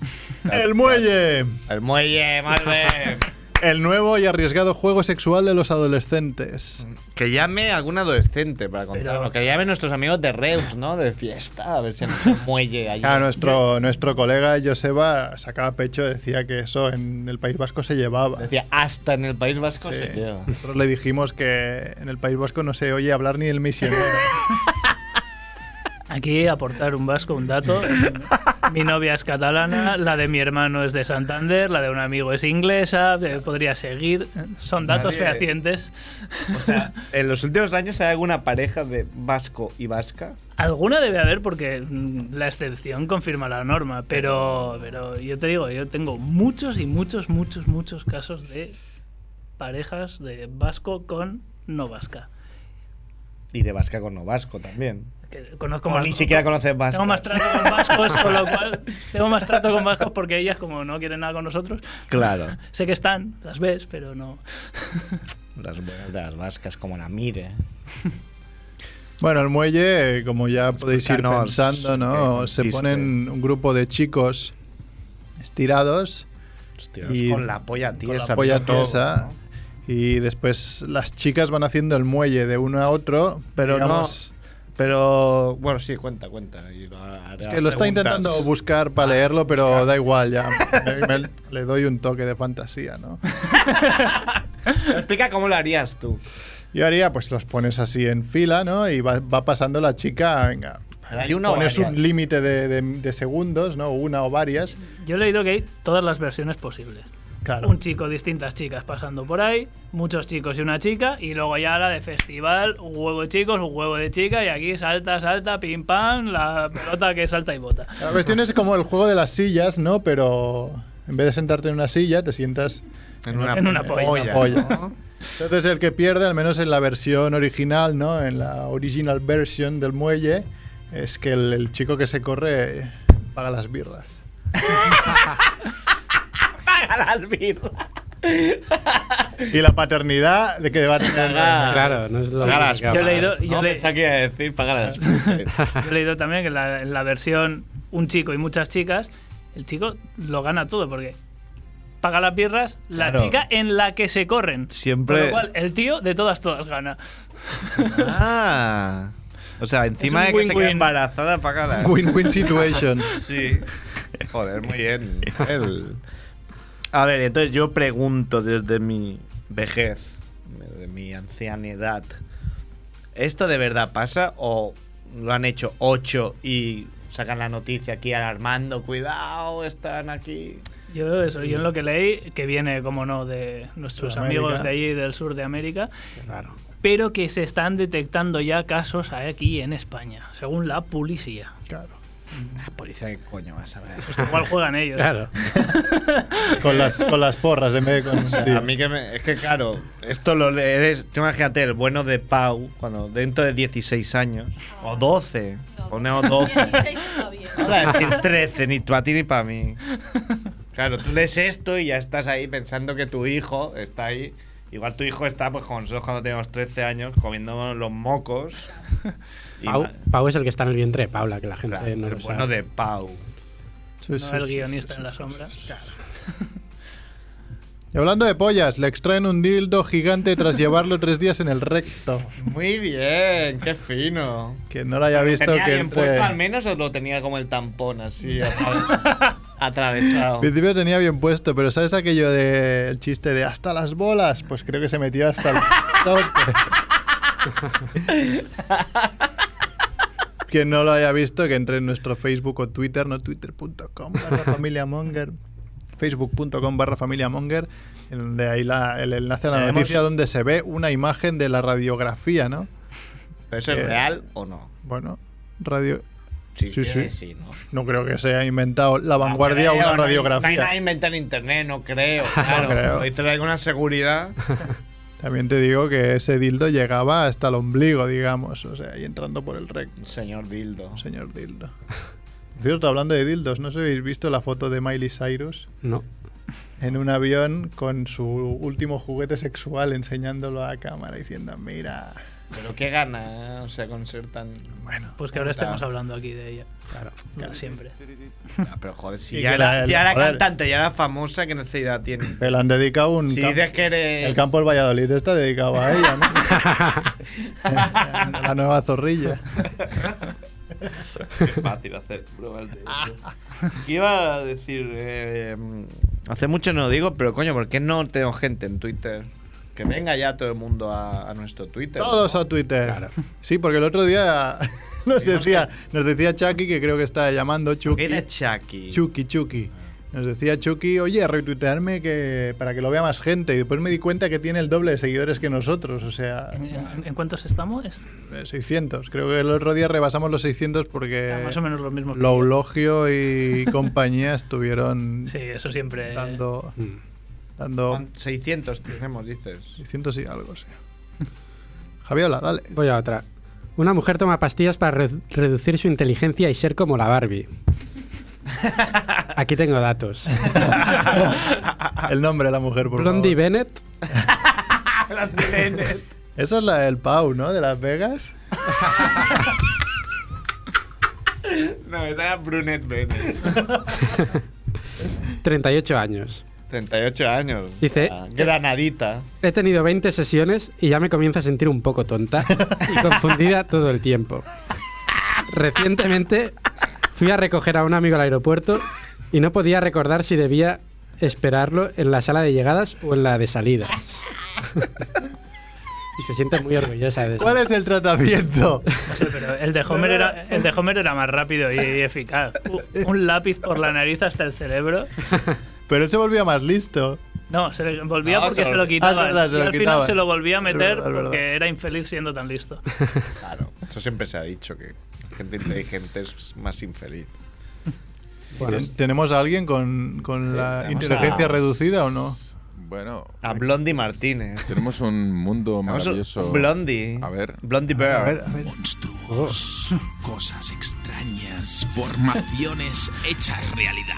B: ¡El muelle!
A: El muelle, Marvel.
B: El nuevo y arriesgado juego sexual de los adolescentes.
A: Que llame algún adolescente para contar.
B: Pero-
A: O que llame nuestros amigos de Reus, ¿no? De fiesta, a ver si nos muelle allí.
B: Claro, nuestro, nuestro colega Joseba sacaba pecho, decía que eso en el País Vasco se llevaba.
A: Decía, hasta en el País Vasco
B: Sí.
A: se lleva.
B: Nosotros le dijimos que en el País Vasco no se oye hablar ni el misionero.
E: Aquí aportar un vasco, un dato. Mi novia es catalana, la de mi hermano es de Santander, la de un amigo es inglesa, eh, podría seguir. Son datos
A: Nadie-
E: fehacientes.
A: O sea, en los últimos años hay alguna pareja de vasco y vasca.
E: Alguna debe haber porque mm, la excepción confirma la norma, pero, pero yo te digo, yo tengo muchos y muchos, muchos, muchos casos de parejas de vasco con no vasca.
A: Y de vasca con no vasco también.
E: Que conozco
A: Como
E: más-
A: ni siquiera conoces vasco.
E: Tengo más trato con vascos, con lo cual tengo más trato con vascos porque ellas como no quieren nada con nosotros,
A: Claro.
E: sé que están, las ves, pero no.
A: Las buenas de las vascas, como la mire.
B: Bueno, el muelle, eh, como ya podéis ir
A: Explícanos
B: pensando,
A: en
B: ¿no?
A: qué
B: Se
A: consiste.
B: ponen un grupo de chicos estirados
A: Hostia,
B: Y-
A: con la polla
B: con
A: tiesa.
B: la polla
A: todo,
B: tiesa.
A: ¿no?
B: Y después las chicas van haciendo el muelle de uno a otro,
A: Pero
B: digamos,
A: Pero, bueno, sí, cuenta, cuenta. Y ahora
B: Es que lo está
A: preguntas. Ah,
B: intentando buscar para leerlo, pero da igual ya. Me- me- le doy un toque de fantasía, ¿no?
A: Explica cómo lo harías tú.
B: Yo haría, pues los pones así en fila, ¿no? Y va, va pasando la chica, venga.
A: Pero hay una o
B: pones un
A: varias.
B: límite de, de- de segundos, ¿no? Una o varias.
E: Yo he leído que hay todas las versiones posibles.
B: Claro.
E: Un chico, distintas chicas pasando por ahí, muchos chicos y una chica, y luego ya la de festival, un huevo de chicos, un huevo de chica, y aquí salta, salta, pim pam, la pelota que salta y bota.
B: La cuestión es como el juego de las sillas, ¿no? Pero en vez de sentarte en una silla, te sientas
A: En una,
E: En una polla.
B: en una polla. Entonces el que pierde, al menos en la versión original, ¿no? En la original version del muelle, es que el, el chico que se corre eh, paga las birras.
A: Paga las birras.
B: Y la paternidad de que va a tener...
A: Paga-
D: Claro, no es lo
A: paga las
D: que-
E: Yo he leído- yo
A: no,
E: le-
A: pensaba que iba a decir pagar las birras.
E: Yo he leído también que en la, en la versión un chico y muchas chicas, el chico lo gana todo porque paga las birras la
A: Claro.
E: chica en la que se corren.
A: Siempre-
E: Con lo cual, el tío de todas, todas gana.
A: Ah. O sea, encima
E: Es
A: de
E: un
A: que se queda
E: win-win.
A: embarazada, paga las
B: Win-win situation.
A: Sí. Joder, muy bien. El- A ver, entonces yo pregunto desde mi vejez, desde mi ancianidad, ¿esto de verdad pasa o lo han hecho ocho y sacan la noticia aquí alarmando, cuidado, están aquí?
E: Yo, eso, yo en lo que leí, que viene, como no, de nuestros
B: Sudamérica.
E: amigos de allí del sur de América,
A: Claro.
E: pero que se están detectando ya casos aquí en España, según la policía. Pues
B: Claro.
A: La policía, ¿qué coño vas a ver?
D: Ah,
E: Igual juegan ellos.
D: Claro.
B: Con las, con las porras en vez de con...
A: O sea, A mí que me- Es que claro, esto lo lees. Tú imagínate el bueno de Pau cuando dentro de 16 años. O 12.
H: No,
A: Ponemos 12.
H: 16 está bien.
A: No voy a decir 13, ni para ti ni para mí. Claro, tú lees esto y ya estás ahí pensando que tu hijo está ahí. Igual tu hijo está pues con nosotros cuando teníamos 13 años comiendo los mocos. Y
D: Pau,
A: ma-
B: Eh,
D: Pau es el que está en el vientre de Paula, que la gente
A: claro,
D: no
A: el
D: lo
A: bueno
D: sabe.
A: de Pau.
B: Sí, sí,
E: No el
B: sí,
E: guionista
B: sí,
E: en la
B: sí,
E: sombra.
B: sí. Y hablando de pollas, le extraen un dildo gigante tras llevarlo tres días en el recto.
A: Muy bien, qué fino.
B: Que no lo haya visto
A: ¿Tenía
B: que
A: bien puesto al
B: entre...
A: menos o lo tenía como el tampón así atra- atravesado?
B: Al principio tenía bien puesto, pero ¿sabes aquello del chiste de hasta las bolas? Pues creo que se metió hasta el tope. Quien no lo haya visto, que entre en nuestro Facebook o Twitter, no twitter.com barra familia monger, facebook.com barra familia monger, en donde hay la- el enlace a la
A: Tenemos-
B: noticia donde se ve una imagen de la radiografía, ¿no?
A: ¿Pero eso es
B: Eh,
A: real o no?
B: Bueno, radio... sí,
A: creo que
B: sí.
A: ¿no?
B: No creo que se haya inventado la vanguardia una
A: No hay- No hay
B: radiografía.
A: nada inventado en internet, no creo. Claro,
B: creo.
A: Hoy traigo una seguridad.
B: También te digo que ese dildo llegaba hasta el ombligo, digamos, o sea, y entrando por el recto,
A: Señor Dildo.
B: señor dildo. Por Cierto, hablando de dildos, ¿no os habéis visto la foto de Miley Cyrus?
D: No.
B: en un avión con su último juguete sexual enseñándolo a cámara diciendo, mira,
A: Pero qué gana, ¿eh? o sea, con ser tan. Bueno.
E: Pues que ahora estemos hablando aquí de ella.
A: Claro.
E: Como siempre.
A: pero joder,
B: Y
A: si pues ya
B: que
A: era,
B: la-
A: ya era
B: joder.
A: cantante, ya era famosa, ¿qué necesidad tiene?
B: le han dedicado un...
A: Si
B: cam-
A: dices que eres.
B: El campo del Valladolid está dedicado a ella, ¿no? La nueva zorrilla.
H: Es fácil hacer bromas de eso.
A: ¿Qué iba a decir? Eh, hace mucho no lo digo, pero coño, ¿por qué no tengo gente en Twitter? Que venga ya todo el mundo a, a nuestro Twitter.
B: Todos
A: ¿no?
B: a Twitter. Sí, porque el otro día nos decía, nos decía Chucky, que creo que está llamando
A: ¿Qué
B: Chucky.
A: era Chucky?
B: Chucky, Chucky. Nos decía Chucky, oye, retuitearme que, para que lo vea más gente. Y después me di cuenta que tiene el doble de seguidores que nosotros. O sea,
E: ¿En, en- en cuántos estamos? Es-
B: eh, 600. Creo que el otro día rebasamos los 600 porque
E: ah, más o menos los mismos. que yo.
B: Loulogio y compañía estuvieron
E: Sí, eh, eso siempre.
B: dando,
D: Mm.
B: dando
A: Con 600 tenemos, dices.
B: 600 y algo. Sí. Javiola, dale.
D: Voy a otra. Una mujer toma pastillas para re- reducir su inteligencia y ser como la Barbie. Aquí tengo datos.
B: El nombre de la mujer, por
D: Blondie
B: favor.
D: Bennett.
B: Esa es la del Pau, ¿no? De Las Vegas.
A: No, era Brunette
D: 38 años.
A: 38 años.
D: Dice-
A: Ah, Granadita.
D: He tenido 20 sesiones y ya me comienzo a sentir un poco tonta y confundida todo el tiempo. Recientemente fui a recoger a un amigo al aeropuerto y no podía recordar si debía esperarlo en la sala de llegadas o en la de salidas. y se siente muy orgullosa de eso.
B: ¿Cuál es el tratamiento?
E: No sé, pero el de Homer era, el de Homer era más rápido y, y eficaz. U- Un lápiz por la nariz hasta el cerebro.
B: Pero él se volvía más listo.
E: No, se le volvía
A: No,
E: porque
A: se
E: se
A: lo-
E: lo quitaba.
B: Ah, es verdad, se
E: y
B: lo
E: al
B: quitaban.
E: final se lo volvía a
B: Es
E: meter
B: verdad, es verdad.
E: porque era infeliz siendo tan listo.
A: Claro. Eso siempre se ha dicho, que la gente inteligente es más infeliz.
D: Bueno,
B: Ten- ¿Tenemos a alguien con, con la
A: tenemos
B: inteligencia
A: a-
B: reducida o no?
C: Bueno,
A: A Blondie Martínez.
C: tenemos un mundo
A: Vamos a-
C: maravilloso.
A: Blondie.
C: A ver.
A: Blondie Bear.
B: A ver, a ver.
I: Monstruos, cosas extrañas, formaciones hechas realidad.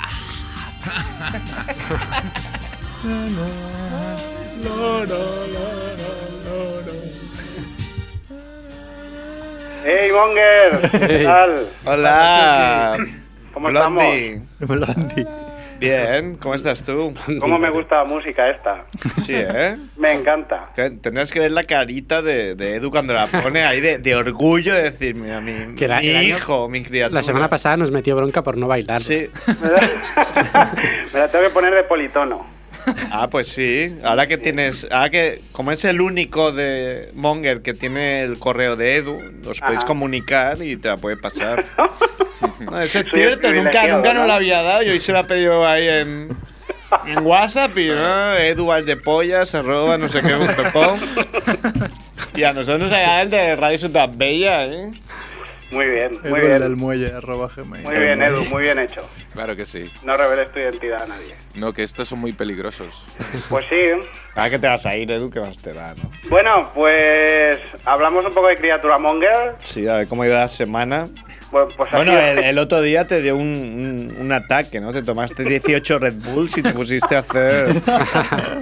J: ¡Hey, Monger! ¿Qué
D: Hey.
J: tal?
A: Hola.
J: ¿Cómo
A: Blondie.
B: Blondie.
A: Bien, ¿cómo estás tú?
J: ¿Cómo me gusta la música esta?
A: Sí, ¿eh?
J: Me encanta.
A: Que- Tendrás que ver la carita de, de Edu cuando la pone ahí de, de orgullo de decir, mira, mi,
D: Que la-
A: mi
D: el año-
A: hijo, mi criatura.
D: la semana pasada nos metió bronca por no bailar.
A: Sí.
J: Me la, me la tengo que poner de politono.
A: Ah, pues sí. Ahora que tienes. Ahora que. Como es el único de Monger que tiene el correo de Edu, os podéis
J: Ajá.
A: comunicar y te la puede pasar. No, eso es
J: Soy
A: cierto, nunca,
J: privilegiado,
A: nunca
J: ¿no?
A: nos lo había dado. Yo se lo ha pedido ahí en, en WhatsApp y ¿no? Edu Valdepollas, arroba no sé qué punto com. Y a nosotros nos ha llegado el de Radio Ciudad Bella, ¿eh?
J: Muy bien,
B: Edu
J: muy
B: el del
J: bien.
B: muelle, arroba gmail.
J: Muy bien, Edu, muy bien hecho.
C: Claro que sí.
J: No reveles tu identidad a nadie.
C: No, que estos son muy peligrosos.
J: Pues sí.
A: Ahora Ah, que te vas a ir, Edu, que más te da, ¿no?
J: Bueno, pues hablamos un poco de criatura Monger.
A: Sí, a ver cómo ha ido la semana.
J: Bueno, pues ha
A: Bueno,
J: sido-
A: el, el otro día te dio un, un- un ataque, ¿no? Te tomaste 18 Red Bulls y te pusiste a hacer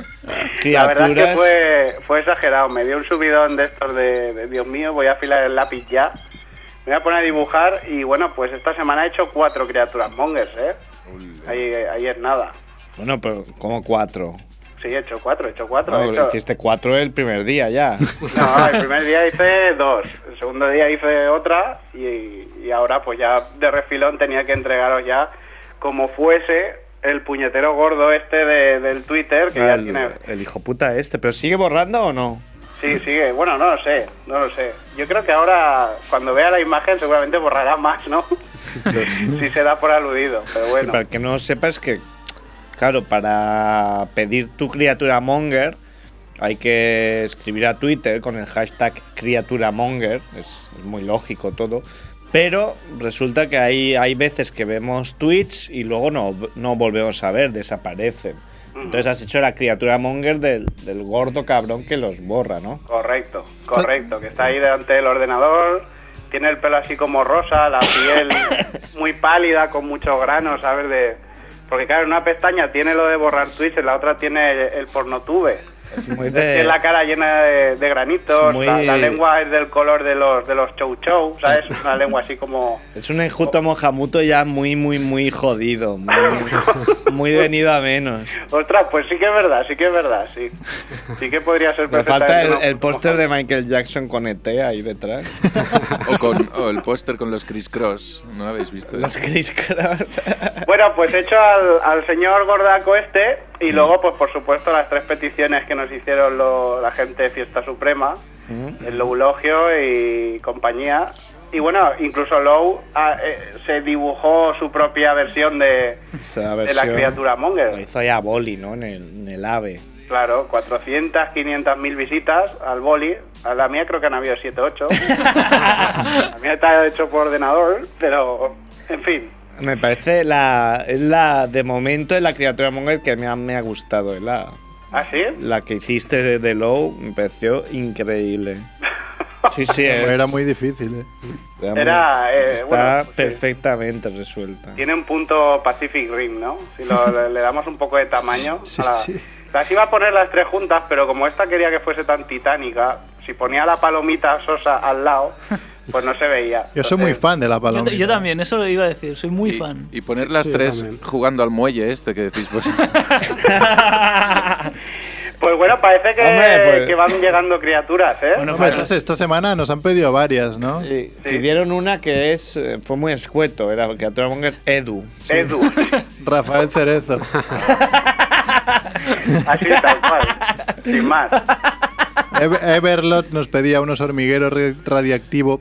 J: La verdad es que
A: criaturas.
J: fue, fue exagerado. Me dio un subidón de estos de, de, Dios mío, voy a afilar el lápiz ya. Me voy a poner a dibujar y bueno, pues esta semana he hecho cuatro criaturas mongers, ¿eh? Ahí, ahí es nada.
A: Bueno, pero como cuatro.
J: Sí, he hecho cuatro, he hecho cuatro. he
A: No,
J: hecho-
A: hiciste Ah, cuatro el primer día ya.
J: No, el primer día hice dos, el segundo día hice otra y, y ahora pues ya de refilón tenía que entregaros ya como fuese el puñetero gordo este de- del Twitter que ya
A: el,
J: tiene...
A: el hijo puta este, pero sigue borrando o no?
J: Sí, sigue. Bueno, no lo sé, no lo sé. Yo creo que ahora, cuando vea la imagen, seguramente borrará más, ¿no? si se da por aludido, pero
A: Que
J: bueno.
A: Para el que no lo sepa es que, claro, para pedir tu criatura monger hay que escribir a Twitter con el hashtag criatura monger, es, es muy lógico todo. Pero resulta que hay, hay veces que vemos tweets y luego no, no volvemos a ver, desaparecen. Entonces has hecho la criatura monger del, del gordo cabrón que los borra, ¿no?
J: Correcto, correcto, que está ahí delante del ordenador, tiene el pelo así como rosa, la piel muy pálida, con muchos granos, ¿sabes? De, Porque claro, en una pestaña tiene lo de borrar tweets, en la otra tiene el, el pornotube.
A: Es muy
J: Tiene
A: de-
J: la cara llena de, de granitos,
A: Es muy-
J: la, la lengua es del color de los de los chow chow, ¿sabes? Es Una lengua así como...
A: Es un enjuto mojamuto ya muy, muy, muy jodido. Muy, muy, muy venido a menos.
J: Ostras, pues sí que es verdad, sí que es verdad, sí. Sí que podría ser
A: Me
J: perfectamente...
A: falta el,
J: una-
A: el póster de Michael Jackson con ET ahí detrás.
C: O, con, o el póster con los Criss Cross. ¿No lo habéis visto?
A: Los Criss Cross.
J: Bueno, pues hecho al, al señor Gordaco este
C: Mm.
J: y luego, pues por supuesto, las tres peticiones que nos hicieron lo- la gente de Fiesta Suprema,
C: Mm.
J: el Loulogio y compañía. Y bueno, incluso Lou ah, eh, se dibujó su propia versión de,
A: Esa
J: de la
A: versión
J: criatura
A: Lo
J: Monger.
A: hizo ya Boli, ¿no? En el, en el AVE.
J: Claro, 400, 500 mil visitas al boli. A la mía creo que han habido 7, 8. la mía está hecho por ordenador, pero en fin.
A: Me parece la. Es la. De momento es la criatura Monger que me ha, me ha gustado. eh, La,
J: ¿Así?
A: la que hiciste de, de Low me pareció increíble. Sí, sí,
J: pues.
A: es-
B: Era muy difícil, ¿eh?
A: era muy-
J: Era, eh,
A: está
J: bueno, pues sí.
A: perfectamente resuelta.
J: Tiene un punto Pacific Rim, ¿no? Si lo- le, le damos un poco de tamaño.
A: Sí,
J: a la-
A: sí.
J: Las iba a poner las tres juntas, pero como esta quería que fuese tan titánica, si ponía la palomita sosa al lado, pues no se veía.
B: Yo soy muy fan de la
C: Yo
E: Yo,
B: paloma.
E: ta- yo también, eso lo iba a decir, soy muy
C: y,
E: fan.
C: y poner las
E: Sí, yo
C: tres
E: también.
C: jugando al muelle este que decís vos.
J: Pues bueno, parece que,
B: Hombre, pues-
J: que van llegando criaturas, ¿eh?
B: Hombre,
C: pues,
B: esta, esta semana nos han pedido varias, ¿no?
A: Sí. Pidieron una que es eh, fue muy escueto, era la criatura Monger Edu.
J: Edu.
B: Rafael Cerezo.
J: Así tal cual. Sin más.
B: Ev- Everlot nos pedía unos hormigueros re- radiactivo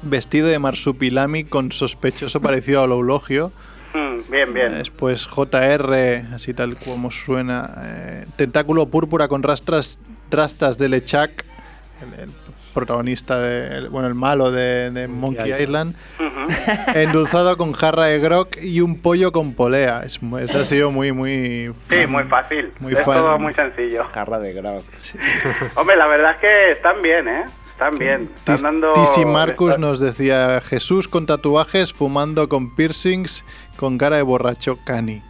B: vestido de marsupilami con sospechoso parecido al eulogio.
J: Mm, bien, bien.
B: Después JR, así tal como suena. eh, tentáculo púrpura con rastras, trastas de Lechak, el, el protagonista, de, el- bueno, el malo de, de Monkey Island. Endulzado con jarra de grog y un pollo con polea. Es, mu- eso ha sido muy, muy.
J: Sí, muy fácil.
B: Muy
J: es
B: fan.
J: todo muy sencillo.
A: Jarra de grado.
J: Hombre, la verdad es que están bien, ¿eh? Están bien. Están dando...
B: Tisi Marcus nos decía Jesús con tatuajes, fumando con piercings, con cara de borracho cani.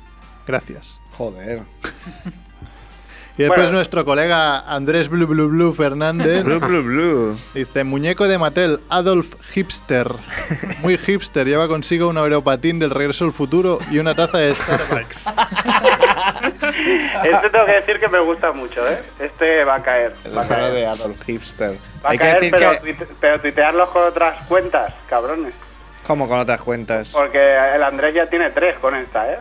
B: Gracias.
A: Joder.
B: Y después
A: Bueno.
B: nuestro colega Andrés Blue Blue Blue Fernández
A: Blue, blue, blue.
B: dice muñeco de Mattel, Adolf Hipster. Muy hipster, lleva consigo un aeropatín del regreso al futuro y una taza de Starbucks.
J: Este tengo que decir que me gusta mucho, ¿eh? Este va a caer. Va a
A: Jarra
J: caer.
A: de Adolf Hipster.
J: Va a
A: Hay que
J: caer,
A: decir
J: pero,
A: que
J: tuite- pero tuitearlos con otras cuentas, cabrones.
A: como con otras cuentas,
J: Porque el Andrés ya tiene tres con esta, ¿eh?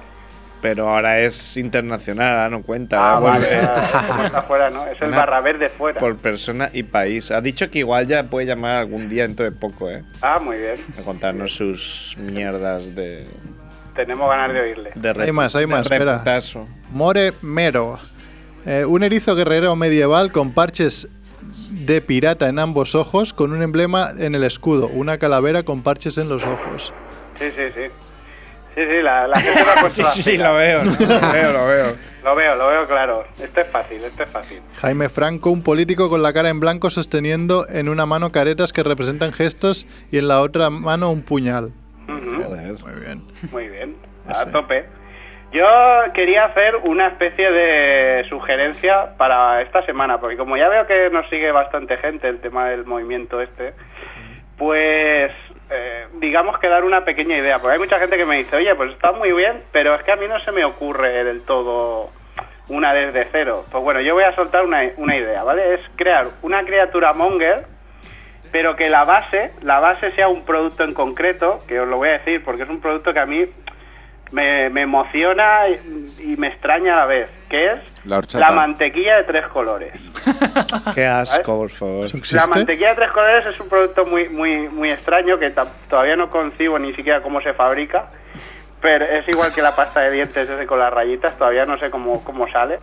A: pero ahora es internacional, ahora no cuenta.
J: Ah,
A: ahora
J: vale,
A: vuelve
J: ah, como está fuera, ¿no? Es el
A: Una-
J: barra verde fuera.
A: por persona y país. Ha dicho que igual ya puede llamar algún día dentro de poco, ¿eh?
J: Ah, muy bien.
A: A contarnos sus mierdas de,
J: Tenemos ganas de oírle.
A: de
B: Hay más, hay
A: de
B: más, espera.
A: reputazo.
B: More Mero. Eh, un erizo guerrero medieval con parches de pirata en ambos ojos, con un emblema en el escudo, una calavera con parches en los ojos.
J: Sí, sí, sí. Sí, sí, la, la gente lo ha puesto
A: Sí, sí,
J: así.
A: sí, lo veo, ¿no? lo veo, lo veo.
J: Lo veo, lo veo claro. Este es fácil, este es fácil.
B: Jaime Franco, un político con la cara en blanco sosteniendo en una mano caretas que representan gestos y en la otra mano un puñal.
J: Ujú.
A: Muy
B: bien.
J: Muy bien, a tope. Yo quería hacer una especie de sugerencia para esta semana, porque como ya veo que nos sigue bastante gente el tema del movimiento este, pues eh, digamos que dar una pequeña idea, porque hay mucha gente que me dice, oye, pues está muy bien, pero es que a mí no se me ocurre del todo una desde cero. Pues bueno, yo voy a soltar una, una idea, ¿vale? Es crear una criatura monger pero que la base, la base sea un producto en concreto, que os lo voy a decir porque es un producto que a mí me, me emociona y, y me extraña a la vez, que es
C: La
J: la
C: horchata.
J: mantequilla de tres colores.
A: Qué asco, por favor.
J: La mantequilla de tres colores es un producto muy muy muy extraño que ta- todavía no concibo ni siquiera cómo se fabrica, pero es igual que la pasta de dientes ese con las rayitas, todavía no sé cómo, cómo sale.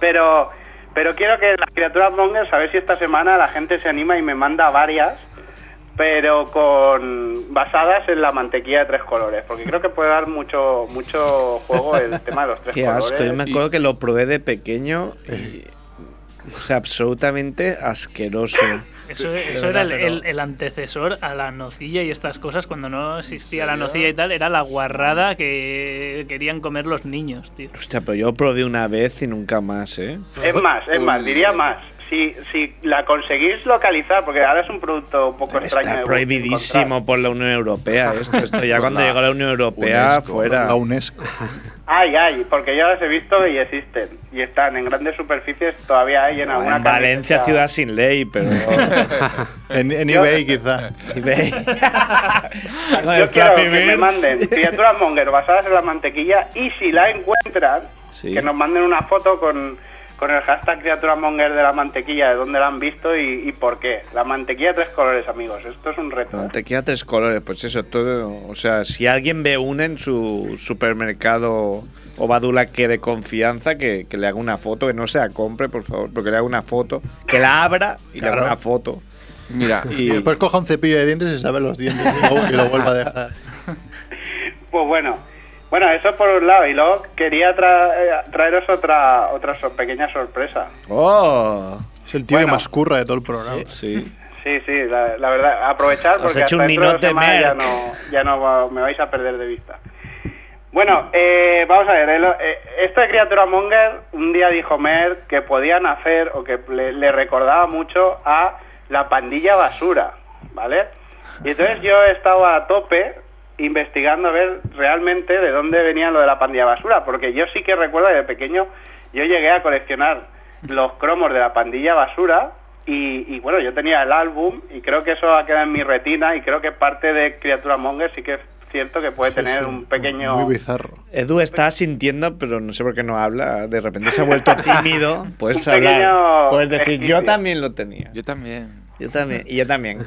J: Pero pero quiero que las criaturas mongers, a ver si esta semana la gente se anima y me manda varias, pero con basadas en la mantequilla de tres colores, porque creo que puede dar mucho mucho juego el tema de los tres
A: Qué
J: colores.
A: asco, yo me acuerdo que lo probé de pequeño y O sea, absolutamente asqueroso.
E: Eso,
A: De
E: eso era el,
A: verdad, pero-
E: el- el antecesor a la nocilla y estas cosas cuando no existía la nocilla y tal, era la guarrada que querían comer los niños, tío.
A: Hostia, pero yo probé una vez y nunca más, ¿eh?
J: Es más, es más, diría más. Si, si la conseguís localizar, porque ahora es un producto un poco extraño. de
A: Está
J: encontrar.
A: prohibidísimo por la Unión Europea esto. Esto ya cuando llegó la Unión Europea
B: UNESCO,
A: fuera.
B: la UNESCO.
J: Ay, ay, porque yo las he visto y existen. Y están en grandes superficies, todavía hay en alguna
A: En Valencia,
J: carnicería.
A: ciudad sin ley, pero.
B: en, en eBay, quizá.
A: eBay.
J: Yo quiero que me manden criaturas monger basadas en la mantequilla y si la encuentran,
A: Sí.
J: que nos manden una foto con, con el hashtag criaturas monger de la mantequilla, de dónde la han visto y, y por qué. La mantequilla de tres colores, amigos. Esto es un reto. ¿eh?
A: Te queda tres colores, pues eso, todo. O sea, si alguien ve una en su supermercado o badula que de confianza, que, que le haga una foto, que no se la compre, por favor, pero que le haga una foto, que la abra y le
B: Claro.
A: haga una foto.
C: Mira,
A: Y-
B: Después coja un cepillo de dientes y se lave los dientes y luego que lo vuelva a dejar.
J: Pues bueno, bueno, eso por un lado. Y luego quería tra- eh, traeros otra, otra sor- pequeña sorpresa.
A: ¡Oh!
B: Es el tío
J: Bueno.
B: que más curra de todo el programa.
A: Sí.
J: Sí, sí, la, la verdad, aprovechar
A: Os
J: porque
A: he hecho
J: hasta
A: un
J: dentro de dos
A: ninote,
J: semanas ya
A: Merck.
J: no, ya no va- me vais a perder de vista. Bueno, eh, vamos a ver, el- eh, esta criatura Monger un día dijo Mer que podían hacer o que le, le recordaba mucho a la pandilla basura, ¿vale? Y entonces yo estaba a tope investigando a ver realmente de dónde venía lo de la pandilla basura, porque yo sí que recuerdo que de pequeño yo llegué a coleccionar los cromos de la pandilla basura y, y, bueno, yo tenía el álbum y creo que eso ha quedado en mi retina y creo que parte de Criatura Monger sí que es cierto que puede
B: Sí,
J: tener
B: sí,
J: un pequeño...
B: Muy bizarro.
A: Edu está sintiendo, pero no sé por qué no habla. De repente se ha vuelto tímido. Puedes
J: Un
A: hablar.
J: pequeño
A: Puedes decir, yo
J: ejercicio.
A: también lo tenía.
C: yo también.
A: Yo también. Y yo también.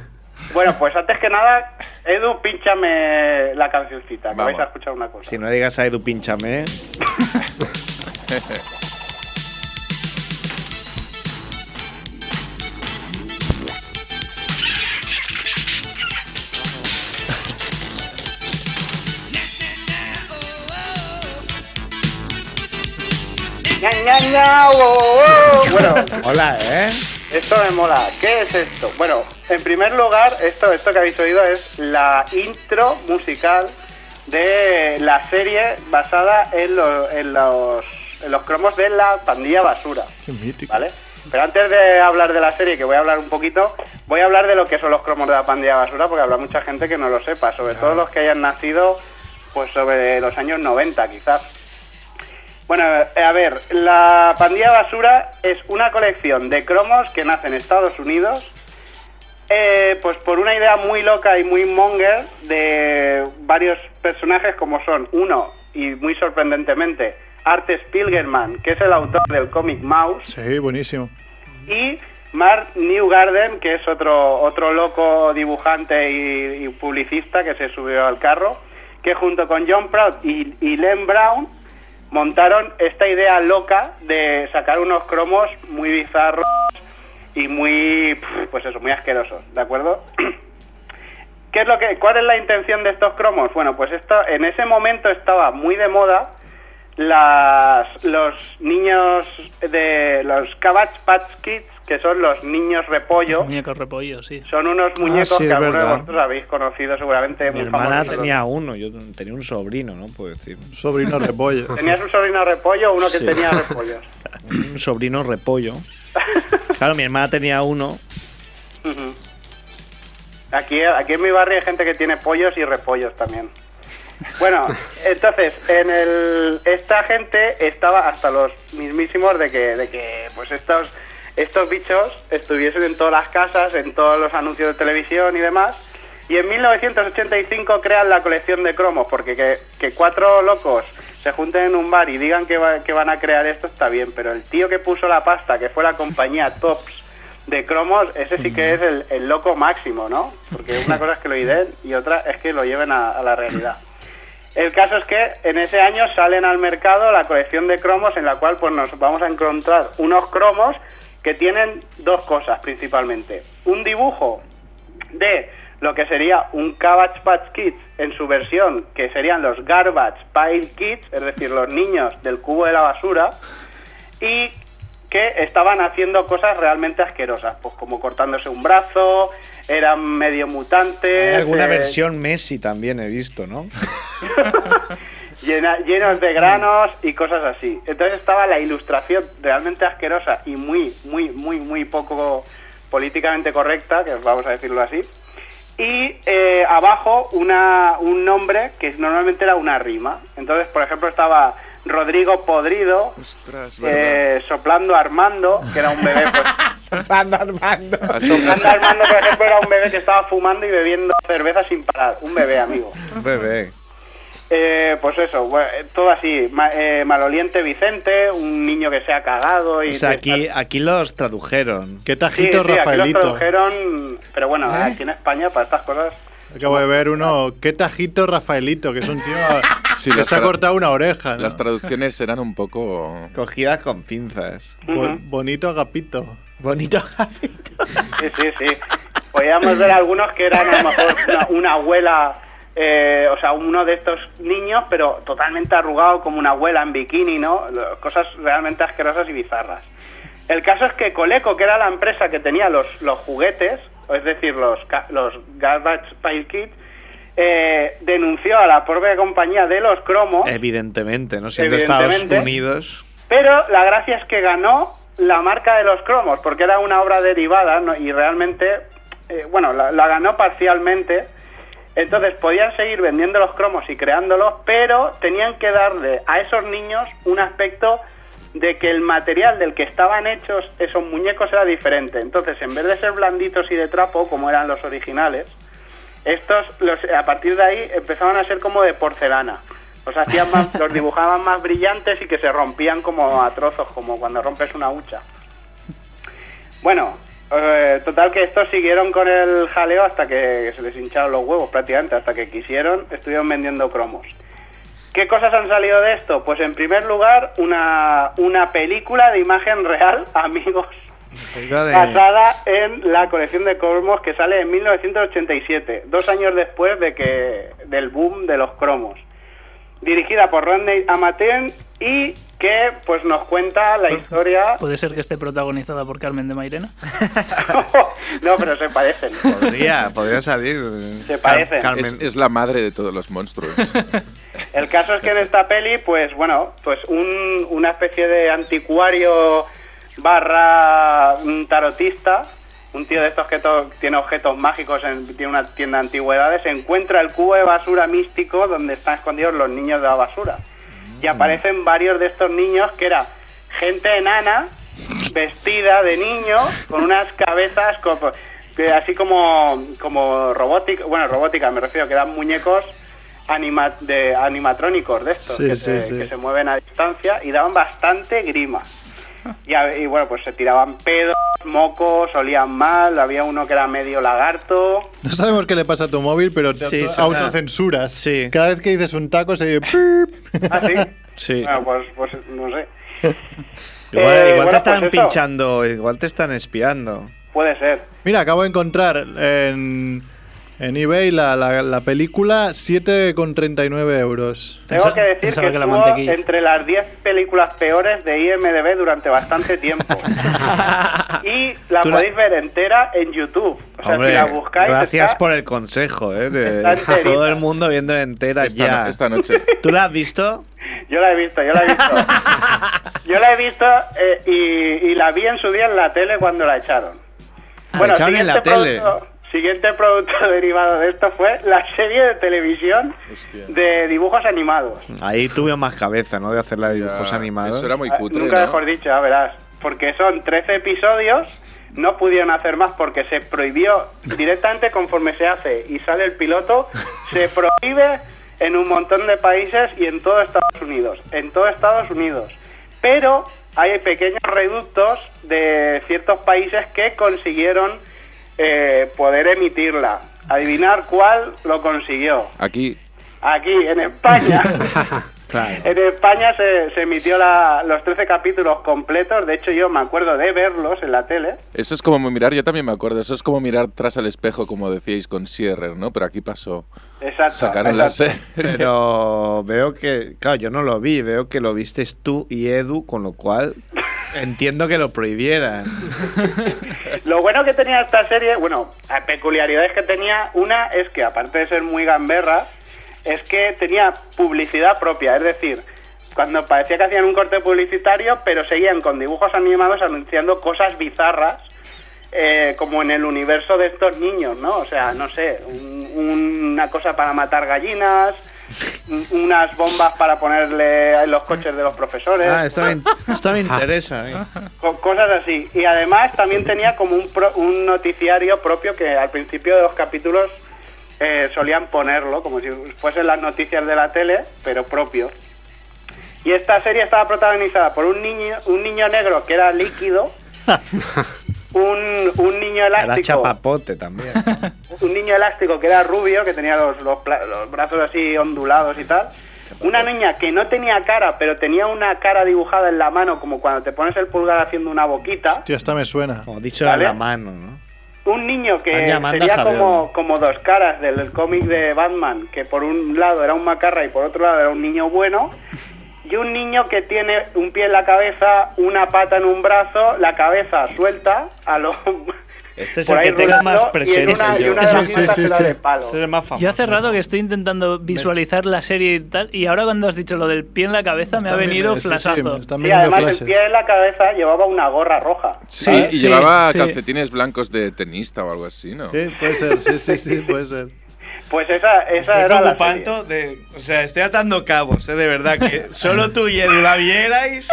J: Bueno, pues antes que nada, Edu, pínchame la cancioncita, que
C: Vamos.
J: vais a escuchar una cosa.
A: Si no digas a Edu, pinchame.
J: Ña, ña, ña, oh, oh. Bueno,
A: Hola, ¿eh?
J: esto me mola. ¿Qué es esto? Bueno, en primer lugar, esto, esto que habéis oído es la intro musical de la serie basada en, lo- en los, en los cromos de la pandilla basura.
B: Qué mítico.
J: ¿vale? Pero antes de hablar de la serie, que voy a hablar un poquito, voy a hablar de lo que son los cromos de la pandilla basura, porque habrá mucha gente que no lo sepa, sobre todo los que hayan nacido pues sobre los años 90 quizás. Bueno, eh, a ver, la pandilla basura es una colección de cromos que nace en Estados Unidos, eh, pues por una idea muy loca y muy monger de varios personajes como son, uno, y muy sorprendentemente, Art Spiegelman, que es el autor del cómic Mouse,
B: Sí, buenísimo.
J: y Mark Newgarden, que es otro, otro loco dibujante y, y publicista que se subió al carro, que junto con John Proud y, y Len Brown montaron esta idea loca de sacar unos cromos muy bizarros y muy, pf, pues eso, muy asquerosos, ¿de acuerdo? ¿Qué es lo que, ¿Cuál es la intención de estos cromos? Bueno, pues esto, en ese momento estaba muy de moda las, los niños de los Cabbage Patch Kids, que son los niños repollo,
E: Muñecos repollo, sí.
J: son unos muñecos
A: Ah, sí, es
J: que algunos de
A: verdad.
J: vosotros habéis conocido seguramente.
A: Mi
J: muy
A: hermana
J: famosos.
A: tenía uno. Yo tenía un sobrino, ¿no? Puedo decir.
B: Sobrino repollo.
J: ¿Tenías un sobrino repollo o uno que
A: Sí.
J: tenía repollos?
A: Un sobrino repollo. Claro, mi hermana tenía uno.
J: Ujú. Aquí, aquí en mi barrio hay gente que tiene pollos y repollos también. Bueno, entonces, en el, esta gente estaba hasta los mismísimos de que, de que pues estos, estos bichos estuviesen en todas las casas, en todos los anuncios de televisión y demás. Y en 1985 crean la colección de cromos, porque que, que cuatro locos se junten en un bar y digan que, va- que van a crear esto está bien, pero el tío que puso la pasta, que fue la compañía Tops de cromos, ese sí que es el, el loco máximo, ¿no? Porque una cosa es que lo ideen y otra es que lo lleven a- a la realidad. El caso es que en ese año salen al mercado la colección de cromos en la cual pues nos vamos a encontrar unos cromos que tienen dos cosas principalmente. Un dibujo de lo que sería un Cabbage Patch Kids en su versión, que serían los Garbage Pile Kids, es decir, los niños del cubo de la basura, y que estaban haciendo cosas realmente asquerosas, pues como cortándose un brazo, eran medio mutantes.
A: Hay alguna
J: eh,
A: versión Messi también he visto, ¿no?
J: llena- llenos de granos y cosas así. Entonces estaba la ilustración realmente asquerosa y muy, muy, muy, muy poco políticamente correcta, que vamos a decirlo así. Y eh, abajo una, un nombre que normalmente era una rima. Entonces, por ejemplo, estaba Rodrigo Podrido,
C: Ostras, verdad.
J: eh, soplando Armando, que era un bebé. Pues, soplando Armando.
C: Así- así-
J: Soplando Armando, por ejemplo, era un bebé que estaba fumando y bebiendo cerveza sin parar. Un bebé, amigo.
A: Bebé.
J: Eh, pues eso, bueno, eh, todo así. Ma- eh, maloliente Vicente, un niño que se ha cagado y...
A: O sea, aquí, aquí los tradujeron.
B: Qué
J: Sí, sí,
B: tajito,
J: aquí los
B: Rafaelito.
J: tradujeron, pero bueno,
A: ¿Eh?
J: aquí en España para estas cosas...
B: Acabo de ver uno. Qué tajito, Rafaelito, que es un tío
C: Sí,
B: que
C: las
B: se ha
C: tra-
B: cortado una oreja. ¿no?
C: Las traducciones eran un poco.
A: Cogidas con pinzas.
B: Bo-
J: Ujú.
B: Bonito agapito.
A: Bonito.
J: Sí, sí, sí. Podíamos ver algunos que eran a lo mejor una, una abuela, eh, o sea, uno de estos niños, pero totalmente arrugado como una abuela en bikini, ¿no? Lo- Cosas realmente asquerosas y bizarras. El caso es que Coleco, que era la empresa que tenía los, los juguetes, o es decir, los, ca- los Garbage Pile Kids, eh, denunció a la propia compañía de los cromos
A: Evidentemente, ¿no? Siendo Estados
J: Evidentemente.
A: Unidos.
J: pero la gracia es que ganó la marca de los cromos, porque era una obra derivada ¿no? y realmente, eh, bueno, la, la ganó parcialmente. Entonces podían seguir vendiendo los cromos y creándolos, pero tenían que darle a esos niños un aspecto de que el material del que estaban hechos esos muñecos era diferente. Entonces, en vez de ser blanditos y de trapo, como eran los originales, estos los, a partir de ahí empezaban a ser como de porcelana. Los hacían más, los dibujaban más brillantes y que se rompían como a trozos, como cuando rompes una hucha. Bueno, eh, total que estos siguieron con el jaleo hasta que se les hincharon los huevos prácticamente, hasta que quisieron, estuvieron vendiendo cromos. ¿Qué cosas han salido de esto? Pues en primer lugar, una, una película de imagen real, amigos,
A: Película de-
J: basada en la colección de cromos que sale en 1987, dos años después de que del boom de los cromos. Dirigida por Rodney Amateur y que pues nos cuenta la historia.
E: ¿Puede ser que esté protagonizada por Carmen de Mairena?
J: no, pero se parecen.
A: Podría, podría salir.
J: Se parecen.
A: Carmen.
C: Es, es la madre de todos los monstruos.
J: El caso es que en esta peli, pues bueno, pues un- una especie de anticuario barra mm, tarotista, un tío de estos que to- tiene objetos mágicos, en, tiene una tienda de antigüedades, encuentra el cubo de basura místico donde están escondidos los niños de la basura. Y aparecen varios de estos niños que era gente enana, vestida de niño, con unas cabezas co- que así como, como robótica, bueno, robótica me refiero, que eran muñecos anima- de animatrónicos de estos,
B: Sí,
J: que,
B: sí,
J: se,
B: sí.
J: que se mueven a distancia y daban bastante grima. Y, a- y bueno, pues se tiraban pedos, mocos, olían mal, había uno que era medio lagarto.
B: No sabemos qué le pasa a tu móvil, pero te
A: Sí,
B: auto-
A: suena-
B: autocensuras.
A: Sí.
B: Cada vez que dices un taco se oye. "Pip".
J: Así.
A: Sí.
J: Bueno, pues, pues no sé.
A: Igual,
J: Eh,
A: igual
J: bueno,
A: te
J: pues
A: están
J: eso.
A: pinchando, igual te están espiando.
J: Puede ser.
B: Mira, acabo de encontrar en, en eBay la, la, la película 7,39 euros.
J: Tengo
E: Pensa-
J: que decir que,
E: pensaba que la
J: estuvo
E: mantequilla.
J: entre las 10 películas peores de IMDB durante bastante tiempo. y la
A: Tú la-
J: podéis ver entera en YouTube. O sea,
A: Hombre,
J: si la buscáis,
A: gracias
J: está-
A: por el consejo, ¿eh? de-
J: está enterita.
A: todo el mundo viendo entera
C: Esta,
A: ya.
C: no- esta noche.
A: ¿Tú la has visto?
J: yo la he visto, yo la he visto. yo la he visto eh, y, y la vi en su día en la tele cuando la echaron.
A: Ah, la echaron en la
J: siguiente producto- Siguiente producto derivado de esto fue la serie de televisión
C: Hostia.
J: de dibujos animados.
A: Ahí tuve más cabeza, ¿no? De hacer la de dibujos
C: Ya,
A: animados.
C: Eso era muy
J: Ah,
C: cutre.
J: Nunca
C: ¿no?
J: mejor dicho, ya verás. Porque son 13 episodios, no pudieron hacer más porque se prohibió directamente conforme se hace y sale el piloto, se prohíbe en un montón de países y en todo Estados Unidos. En todo Estados Unidos. Pero hay pequeños reductos de ciertos países que consiguieron eh, poder emitirla. Adivinar cuál lo consiguió.
C: Aquí.
J: Aquí, en España.
A: Claro.
J: En España se, se emitió la- los 13 capítulos completos, de hecho yo me acuerdo de verlos en la tele.
C: Eso es como mirar, yo también me acuerdo, eso es como mirar tras el espejo, como decíais con Sierrer, ¿no? Pero aquí pasó.
J: Exacto.
C: Sacaron la
J: exacto.
C: serie.
A: Pero veo que, claro, yo no lo vi, veo que lo visteis tú y Edu, con lo cual Entiendo que lo prohibieran.
J: Lo bueno que tenía esta serie, bueno, las peculiaridades que tenía, una es que aparte de ser muy gamberra, es que tenía publicidad propia, es decir, cuando parecía que hacían un corte publicitario, pero seguían con dibujos animados anunciando cosas bizarras, eh, como en el universo de estos niños, ¿no? O sea, no sé, un- una cosa para matar gallinas, un- unas bombas para ponerle en los coches de los profesores.
A: Ah, esto me, esto me interesa. eh.
J: Co- cosas así. Y además también tenía como un, pro- un noticiario propio que al principio de los capítulos eh, solían ponerlo, como si fuesen las noticias de la tele, pero propio. Y esta serie estaba protagonizada por un niño, un niño negro que era líquido, un, un niño
A: Era
J: elástico,
A: chapapote también.
J: un niño elástico que era rubio, que tenía los, los pla- los brazos así ondulados y tal. Una niña que no tenía cara, pero tenía una cara dibujada en la mano, como cuando te pones el pulgar haciendo una boquita.
B: Tío, esta me suena.
A: Como dicho
J: Vale.
A: a la mano, ¿no?
J: Un niño
A: Están
J: que
A: llamando a
J: sería
A: Javier.
J: como, como dos caras del, del cómic de Batman, que por un lado era un macarra y por otro lado era un niño bueno. Y un niño que tiene un pie en la cabeza, una pata en un brazo, la cabeza suelta, a lo,
A: Este es
J: por
A: el
J: ahí
A: que tenga
J: rulando,
A: más
J: Y en
A: presencia.
J: una, y una de las
B: Sí, sí, sí,
J: patas se la
B: sí.
J: de palo.
A: Este es el más famoso.
E: Yo hace rato que estoy intentando visualizar la serie y tal, y ahora cuando has dicho lo del pie en la cabeza me ha
B: Están
E: venido
B: viniendo- sí, sí,
E: flasazo.
B: me están
J: Sí,
B: viniendo
J: además
B: flashes.
J: el pie en la cabeza llevaba una gorra roja.
C: Sí,
D: Ah,
C: y
D: sí,
C: llevaba
D: sí.
C: calcetines blancos de tenista o algo así, ¿no?
B: Sí, puede ser, sí, sí, sí, puede ser.
J: Pues esa, esa
A: Estoy
J: era la
A: preocupando de. O sea, estoy atando cabos, eh, de verdad. Que solo tú y Edu la vierais.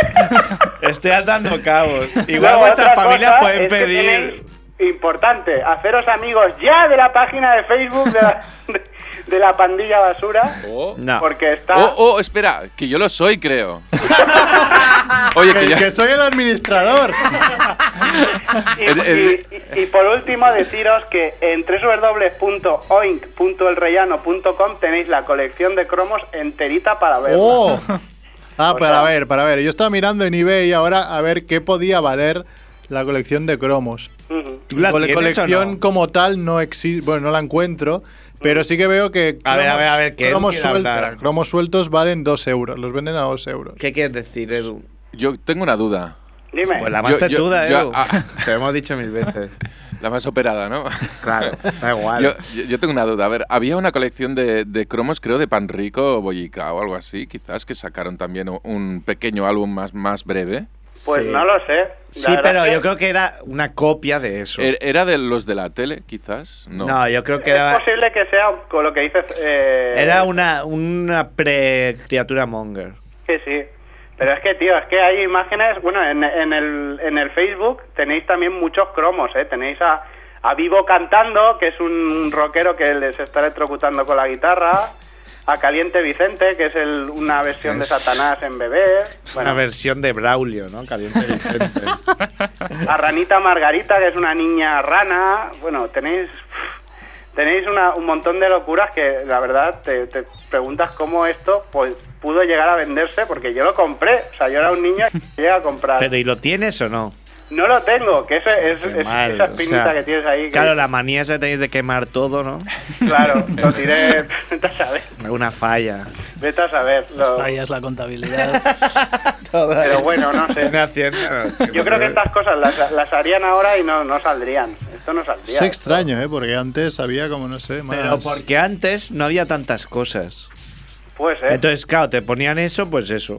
A: Estoy atando cabos. Igual
J: Luego,
A: vuestras
J: otra
A: familias
J: cosa
A: pueden
J: es que
A: pedir.
J: tenéis- Importante, haceros amigos ya de la página de Facebook de la, de, de la pandilla basura.
C: Oh.
A: No.
J: Porque está.
C: Oh, oh, espera, que yo lo soy, creo. Oye, que
B: Que,
C: yo...
B: que soy el administrador.
J: Y,
C: el- el-
J: y- y- y por último, deciros que en www.oink.elrellano.com tenéis la colección de cromos enterita para verla.
B: ¡Oh! Ah,
J: O
B: para
J: sea-
B: ver, para ver. Yo estaba mirando en eBay ahora a ver qué podía valer la colección de cromos.
J: Ujú.
A: ¿Tú la
B: Cole-
A: tienes o
B: colección
A: no?
B: como tal no existe, bueno, no la encuentro, pero sí que veo que
A: A ver, a ver, a ver, que él
B: cromos,
A: quiere
B: suel-
A: hablar.
B: cromos sueltos valen 2 euros, los venden a 2 euros.
A: ¿Qué quieres decir, Edu?
C: yo tengo una duda.
J: Dime.
A: Pues la
C: Yo-
A: más
C: yo-
A: tetuda,
C: yo-
A: Edu.
C: ah.
A: Te lo hemos dicho mil veces.
C: La más operada, ¿no?
A: Claro, da igual.
C: Yo, yo- yo tengo una duda. A ver, había una colección de, de cromos, creo, de Panrico o Boyica o algo así, quizás, que sacaron también u- un pequeño álbum más, más breve.
J: Pues
A: Sí.
J: no lo sé. La
A: Sí,
J: verdad
A: pero
J: es que
A: yo creo que era una copia de eso.
C: Er- ¿Era de los de la tele, quizás? No.
A: no. yo creo que
J: Es
A: era,
J: posible que sea con lo que dices. eh,
A: era una, una pre-criatura monger.
J: Sí, sí. Pero es que, tío, es que hay imágenes. Bueno, en, en el, en el Facebook tenéis también muchos cromos, ¿eh? Tenéis a, a Vivo cantando, que es un rockero que les está electrocutando con la guitarra. A Caliente Vicente, que es el- una versión de Satanás en bebé. Bueno,
A: Una versión de Braulio, ¿no? Caliente Vicente.
J: a Ranita Margarita, que es una niña rana. Bueno, tenéis. Tenéis una- un montón de locuras que la verdad te, te preguntas cómo esto pues, pudo llegar a venderse, porque yo lo compré. O sea, yo era un niño que llega a comprar.
A: Pero ¿y lo tienes o no?
J: No lo tengo, que eso es,
A: Qué
J: es-
A: mal,
J: esa
A: o
J: espinita
A: sea,
J: que tienes ahí. que-
A: Claro, la manía esa que tenéis de quemar todo, ¿no?
J: claro, lo tiré. Vete a saber,
A: Alguna falla.
J: vete a saber. lo-
E: Ahí es la contabilidad.
J: Pero bueno, no sé.
A: Una hacienda.
J: Yo creo que estas cosas las, las harían ahora y no, no saldrían. Esto no saldría.
B: Es extraño, ¿eh? Porque antes había como, no sé, más...
A: Pero porque antes no había tantas cosas.
J: Pues, ¿eh?
A: Entonces, claro, te ponían eso, pues eso.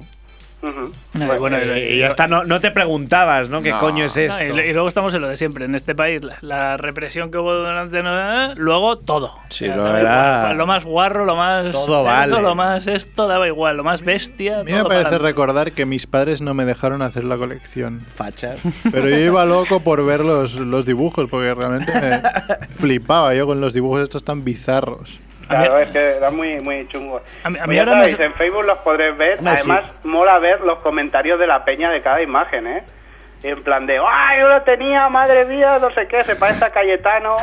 J: Ujú.
E: No,
J: Pues,
E: y bueno,
A: Y,
E: y-
A: Eh, ya está, no, no te preguntabas, ¿no? ¿Qué
C: No.
A: coño es
E: No,
A: esto?
E: y, y luego estamos en lo de siempre. En este país, la, la represión que hubo durante. no- Luego todo.
A: Sí,
E: O sea,
A: lo
E: daba
A: era-
E: igual. eh, Lo más guarro, lo más.
A: Todo
E: cerdo,
A: vale.
E: Lo más esto daba igual. Lo más bestia.
B: A mí me
E: todo
B: parece
E: para-
B: recordar que mis padres no me dejaron hacer la colección.
A: Fachas.
B: Pero yo iba loco por ver los, los dibujos, porque realmente me flipaba yo con los dibujos estos tan bizarros.
J: Claro, es que era muy, muy chungo.
E: A mí- a
J: Pues
E: mí
J: ya
E: ahora me
J: sabéis,
E: so-
J: en Facebook los podréis ver.
A: Hombre,
J: Además, mola ver los comentarios de la peña de cada imagen, ¿eh? En plan de, ¡ay, yo lo tenía, madre mía! No sé qué, se parece a Cayetano.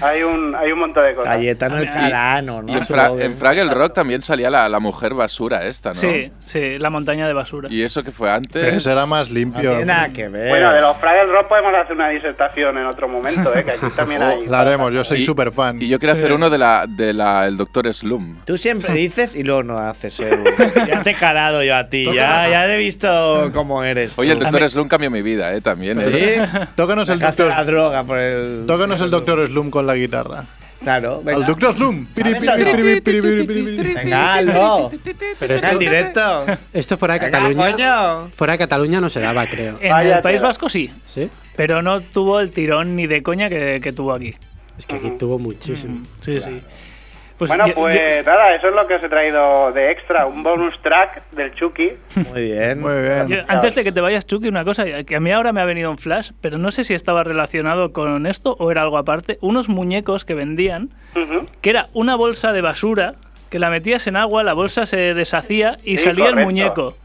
J: Hay un, hay un montón de cosas.
A: Cayetano el Calano, ¿no?
C: Y en, Fra- en Fraggle Rock también salía la, la mujer basura esta, ¿no?
E: Sí, sí, la montaña de basura.
C: Y eso que fue antes.
B: Pero eso era más limpio.
A: No tiene nada que ver.
J: Bueno, de los Fraggle Rock podemos hacer una disertación en otro momento, ¿eh? que aquí también hay.
B: Oh, La haremos, yo soy
C: Y-
B: súper fan.
C: Y yo quería
E: Sí.
C: hacer uno de la, de la el Doctor Slum.
A: Tú siempre dices y luego no haces, Edu. Ya te he calado yo a ti, ya, ya te he visto cómo eres.
C: Oye, el
A: tú.
C: Doctor Slum cambió mi vida, ¿eh? También.
A: Sí.
B: Tócanos el
A: Sacaste
B: doctor.
A: la droga por el.
B: Tócanos el Doctor Slum con la guitarra.
A: Claro, venga.
B: El Doctor Slum. Piri,
A: ¿Sabes o
B: piri,
A: no?
B: piri, piri, piri, piri, piri.
A: Venga, hazlo.
D: Pero
A: Venga,
D: esto,
A: en directo.
D: esto fuera de
A: Venga,
D: Cataluña.
A: coño.
D: Fuera de Cataluña no se daba, creo.
E: En
J: Vaya
E: el País
J: tela.
E: Vasco sí,
D: ¿Sí?
E: pero no tuvo el tirón ni de coña que, que tuvo aquí.
D: Es que aquí tuvo muchísimo.
E: Mm, Sí, sí. Pues
J: Bueno,
E: yo-
J: pues nada, eso es lo que os he traído de extra, un bonus track del Chucky.
A: Muy bien.
B: Muy
J: Yo-
E: yo-
B: bien.
E: yo- antes de que te vayas, Chucky, una cosa que a mí ahora me ha venido un flash, pero no sé si estaba relacionado con esto o era algo aparte. Unos muñecos que vendían,
J: Ujú.
E: que era una bolsa de basura que la metías en agua, la bolsa se deshacía y
J: Sí,
E: salía el
J: correcto.
E: muñeco.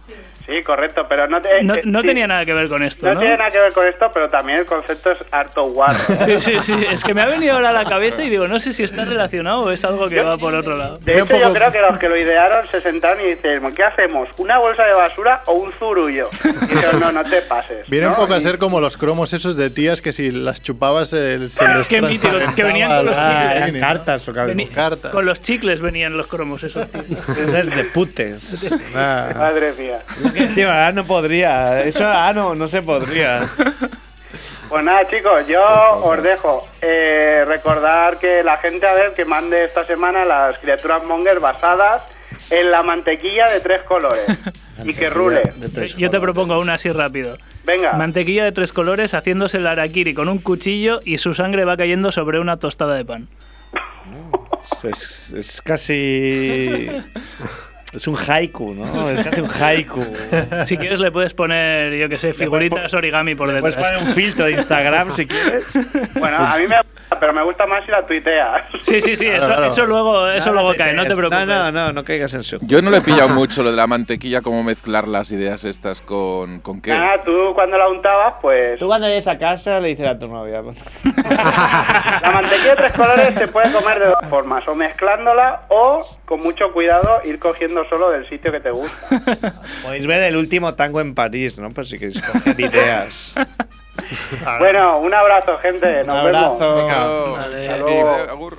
J: Sí, correcto, pero no, te-
E: No,
J: eh,
E: no
J: sí,
E: tenía nada que ver con esto,
J: No,
E: ¿no?
J: tiene nada que ver con esto, pero también el concepto es harto guarro.
E: Sí,
J: ¿eh?
E: sí, sí. Es que me ha venido ahora a la cabeza y digo, no sé si está relacionado o es algo que va por otro lado.
J: De
B: Yo
J: hecho, yo
B: poco-
J: creo que los que lo idearon se sentaron y dijeron, ¿qué hacemos? ¿Una bolsa de basura o un zurullo? Y dijeron, no, no te pases.
B: Viene un
J: ¿no?
B: poco a
J: Y-
B: ser como los cromos esos de tías que si las chupabas eh, se les
E: Qué mítico,
B: transparentaba
E: que venían con los
B: al-
E: chicles.
B: al
A: Ah,
B: cine, ¿no?
A: cartas o
E: Vení-
A: algo.
B: cartas.
E: Con los chicles venían los cromos esos, tío.
A: Cartas de putes. Ah.
J: Madre mía.
A: Tío, ahora no podría. Eso ahora no, no se podría.
J: Pues nada, chicos, yo os dejo. Eh, recordar que la gente, a ver, que mande esta semana las criaturas monger basadas en la mantequilla de tres colores. y que rule.
A: De tres
E: Yo te
A: colores.
E: propongo una así rápido.
J: Venga.
E: Mantequilla de tres colores haciéndose el araquiri con un cuchillo y su sangre va cayendo sobre una tostada de pan.
A: Es, es casi. Es un haiku, ¿no? Es casi un haiku.
E: Si quieres le puedes poner, yo que sé, figuritas origami por
A: Puedes poner
E: detrás.
A: un filtro de Instagram si quieres.
J: Bueno, a mí me gusta, pero me gusta más si la tuiteas.
E: Sí, sí, sí,
B: Claro,
E: eso,
B: claro.
E: eso luego, eso luego cae, no te
A: No,
E: preocupes.
A: no, no, no caigas en su.
C: Yo no le he pillado mucho lo de la mantequilla, cómo mezclar las ideas estas con, con qué.
J: Nada, tú cuando la untabas, pues...
A: Tú cuando llegues a casa le dices a tu novia. "Pues,
J: La mantequilla de tres colores se puede comer de dos formas, o mezclándola o, con mucho cuidado, ir cogiendo solo del sitio que te gusta.
A: Podéis ver el último tango en París, ¿no? Pues si queréis coger ideas.
J: Bueno, un abrazo, gente.
A: Un
J: Nos vemos.
A: abrazo.
C: Venga.
J: Hasta luego.
C: Agur.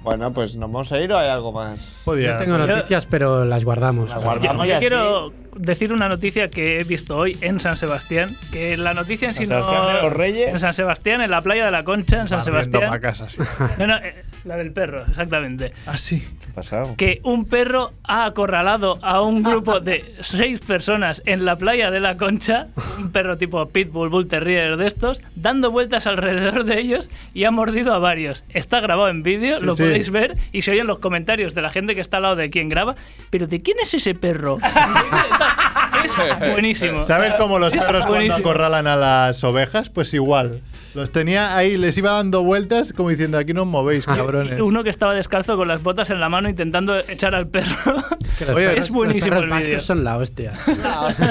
A: Bueno, pues nos vamos a ir o hay algo más.
B: Podía.
D: Yo tengo noticias, pero las guardamos.
A: Las guardamos.
E: Yo,
A: Vamos
E: yo
A: ya,
E: quiero decir una noticia que he visto hoy en San Sebastián, que la noticia en sí
A: ¿San
E: no-
A: Sebastián de los Reyes?
E: En San Sebastián, en la playa de la Concha, en San Sebastián.
B: Pa casa, sí.
E: No, no, eh, la del perro, exactamente.
B: Ah, sí.
A: ¿Qué ha pasado?
E: Que un perro ha acorralado a un grupo de seis personas en la playa de la Concha, un perro tipo pitbull, bull terrier de estos, dando vueltas alrededor de ellos y ha mordido a varios. Está grabado en vídeo,
B: Sí,
E: lo
B: sí.
E: podéis ver y se oyen los comentarios de la gente que está al lado de quien graba. Pero ¿de quién es ese perro? es buenísimo.
B: ¿Sabes cómo los
E: Es
B: perros cuando
E: buenísimo.
B: acorralan a las ovejas? Pues igual. Los tenía ahí, les iba dando vueltas como diciendo, aquí no os movéis,
E: Ah,
B: cabrones.
E: Y Uno que estaba descalzo con las botas en la mano intentando echar al perro.
B: Oye,
E: es
B: los- los
E: buenísimo
D: Los
E: el
D: perros
E: vídeo.
D: vascos son la hostia.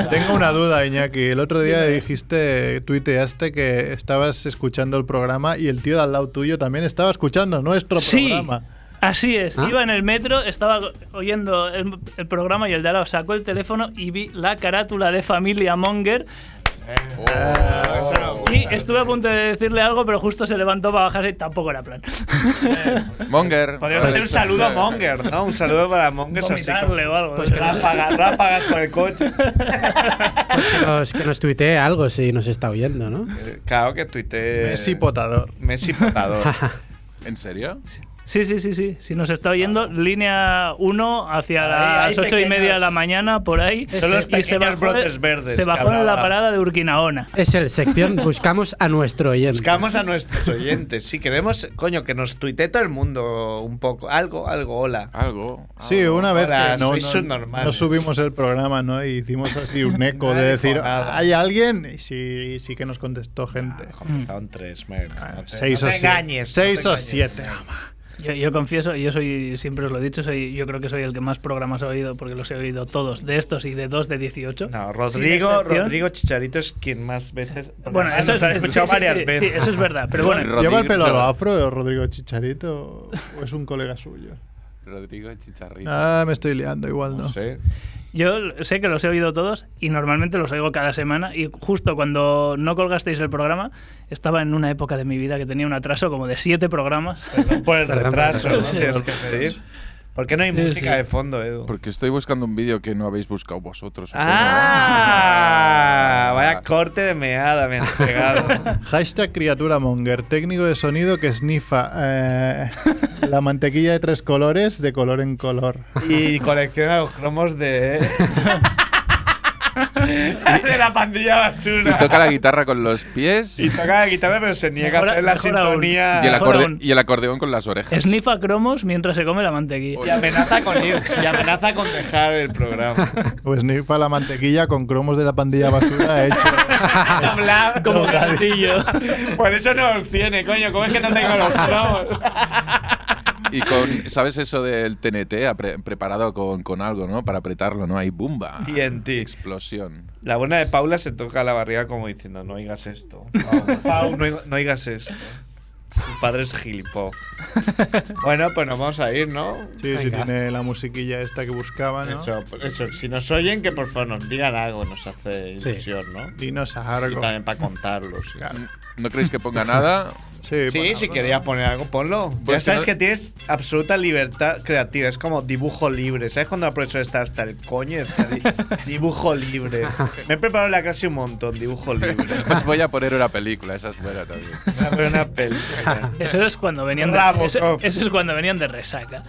B: Tengo una duda, Iñaki. El otro día dijiste, tuiteaste que estabas escuchando el programa y el tío de al lado tuyo también estaba escuchando nuestro
E: Sí,
B: programa.
E: así es.
D: ¿Ah?
E: Iba en el metro, estaba oyendo el, el programa y el de al lado sacó el teléfono y vi la carátula de Familia Monger.
C: Oh,
E: y estuve a punto de decirle algo, pero justo se levantó para bajarse y tampoco era plan.
C: Monger.
A: Podríamos hacer un saludo a Monger, ¿no? Un saludo para Monger. así
E: Vomitarle o algo.
A: Pues
E: ¿no?
A: que ráfagas, ráfagas por el coche.
D: Pues que nos, que nos tuitee algo si nos está oyendo, ¿no?
A: Eh, Claro que tuite.
B: Messi potador.
A: Messi potador.
C: ¿En serio?
E: Sí, sí, sí, sí. Si nos está oyendo, línea 1 hacia
A: Ahí hay
E: las ocho y media de
A: pequeños-
E: la mañana, por ahí.
A: Son los
E: Y
A: pequeños
E: se bajó-
A: brotes verdes
E: Se
A: que
E: bajó en la
A: hablaba.
E: parada de Urquinaona.
D: Es el sección Buscamos a nuestro oyente.
A: Buscamos a nuestros oyentes. Sí, queremos, coño, que nos tuitee todo el mundo un poco. Algo, algo, hola.
C: Algo.
B: Sí,
A: ah,
C: algo.
B: una vez
A: Hola,
B: que no,
A: soy
B: no-
A: subnormal.
B: no subimos el programa, ¿no? Y hicimos así un eco de
A: Nadie
B: decir,
A: dijo nada.
B: ¿hay alguien? Y sí, sí que nos contestó gente.
E: Mm.
A: Comenzaron tres, Mer. No te-
B: Ah, seis
A: no
B: o
A: te
B: siete.
A: engañes. no
B: Seis
A: te
B: o
A: engañes.
B: siete.
E: Yo, yo confieso, yo soy, siempre os lo he dicho, soy, yo creo que soy el que más programas he oído porque los he oído todos, de estos y de dos de 18.
A: No,
E: sin
A: Rodrigo,
E: excepción.
A: Rodrigo Chicharito es quien más veces.
E: Bueno, eso
A: nos
E: es-
A: ha escuchado
E: sí, sí,
A: varias
E: sí,
A: veces.
E: sí, eso es verdad, pero bueno.
B: ¿Lleva el pelo a lo
A: Rodrigo.
B: afro Rodrigo Chicharito o es un colega suyo?
C: Rodrigo Chicharrito.
B: Ah, me estoy liando, igual no.
E: Yo sé que los he oído todos y normalmente los oigo cada semana y justo cuando no colgasteis el programa estaba en una época de mi vida que tenía un atraso como de siete programas.
A: Por el
E: Perdón,
A: retraso,
E: perdón.
A: ¿no? Tienes que pedir. ¿Por qué no hay
E: Sí,
A: música
E: sí.
A: de fondo, Edu?
C: Porque estoy buscando un vídeo que no habéis buscado vosotros. supongo.
A: ¡Ah! Vaya corte de meada me has pegado.
B: Hashtag criatura monger, técnico de sonido que snifa eh, la mantequilla de tres colores de color en color.
A: Y colecciona los cromos de. de la pandilla basura.
C: Y toca la guitarra con los pies
A: Y
C: y
A: toca la guitarra, pero se niega
E: Mejor-
A: a hacer la
E: mejor aún.
A: sintonía.
C: el,
E: Mejor
C: acorde-
E: aún.
C: y el acordeón con las orejas.
E: Snifa cromos mientras se come la mantequilla.
A: Y amenaza con ir, y amenaza con dejar el programa.
B: O Pues snifa la mantequilla con cromos de la pandilla basura hecho.
A: Hablar
E: Como
A: como
E: gatillo.
A: Por eso no los tiene, coño. ¿Cómo es que no tengo los cromos?
C: Y con, ¿sabes eso del TNT Apre- preparado con, con algo, ¿no? Para apretarlo, ¿no? Hay bomba.
A: TNT.
C: Explosión.
A: La buena de Paula se toca la barriga como diciendo, no oigas esto. Pau, no, oig- no oigas esto. Tu padre es gilipó. Bueno, pues nos vamos a ir, ¿no?
B: Sí, sí,
D: Venga.
B: tiene la musiquilla esta que buscaba, ¿no?
A: Eso, pues eso, si nos oyen, que por favor nos digan algo, nos hace
D: Sí.
A: ilusión, ¿no?
B: Dinos
A: Y
B: algo.
A: también para contarlos.
C: ¿No creéis que ponga nada?
B: Sí,
A: Sí,
B: bueno,
A: si
B: bueno.
A: querías poner algo, ponlo.
C: Pues
A: ya
C: si
A: sabes
C: no-
A: que tienes absoluta libertad creativa, es como dibujo libre. ¿Sabes cuando la profesora está hasta el coño? Está di- dibujo libre. Me he preparado la clase un montón, dibujo libre.
C: Os Pues voy a poner una película, esa es buena también.
A: Voy a poner una película.
E: Eso es cuando venían de, eso,
A: Robocop.
E: eso es cuando venían de resaca.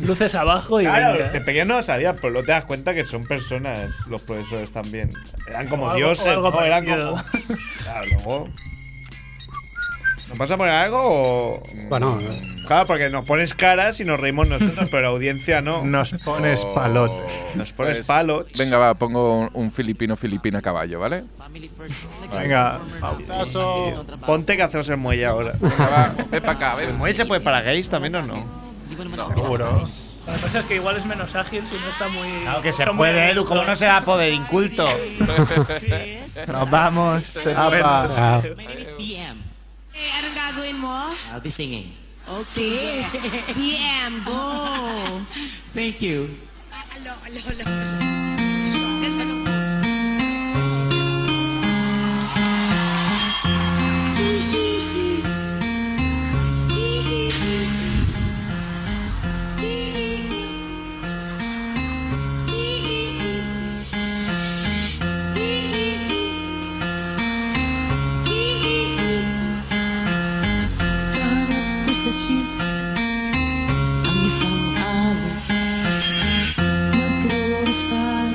E: Luces abajo y
A: Claro,
E: venga.
A: de pequeño no lo sabías, pero luego te das cuenta que son personas, los profesores también. Eran como
E: O algo-
A: dioses,
E: o algo
A: ¿no? Eran
E: parecido.
A: como. Claro, luego. ¿Nos vas a poner algo o.? Mm,
D: Bueno,
A: Claro, porque nos pones caras y nos reímos nosotros, pero la audiencia no.
B: Nos pones
C: Oh. pues,
B: palote.
A: Nos pones palotes.
C: Venga, va, pongo un, un filipino filipina a caballo, ¿vale?
A: Oh,
B: Venga, pautazo.
A: Ponte que hacemos el muelle ahora.
C: Venga, va, ven para acá,
A: ¿El
C: ven.
A: muelle se puede pues, para gays también o no?
B: Seguro.
E: Lo que pasa es que igual es menos ágil si no está muy. está muy
A: puede,
E: abierto.
A: Edu, como no se va a poder inculto. Nos vamos.
B: Apa.
D: ah,
K: Eh, anong gagawin mo?
I: I'll be singing.
K: Oh, sige. PM, go.
L: oh.
I: Thank you.
K: Alo, alo, alo. Para ko sa chief Ang isang araw Nagkurosan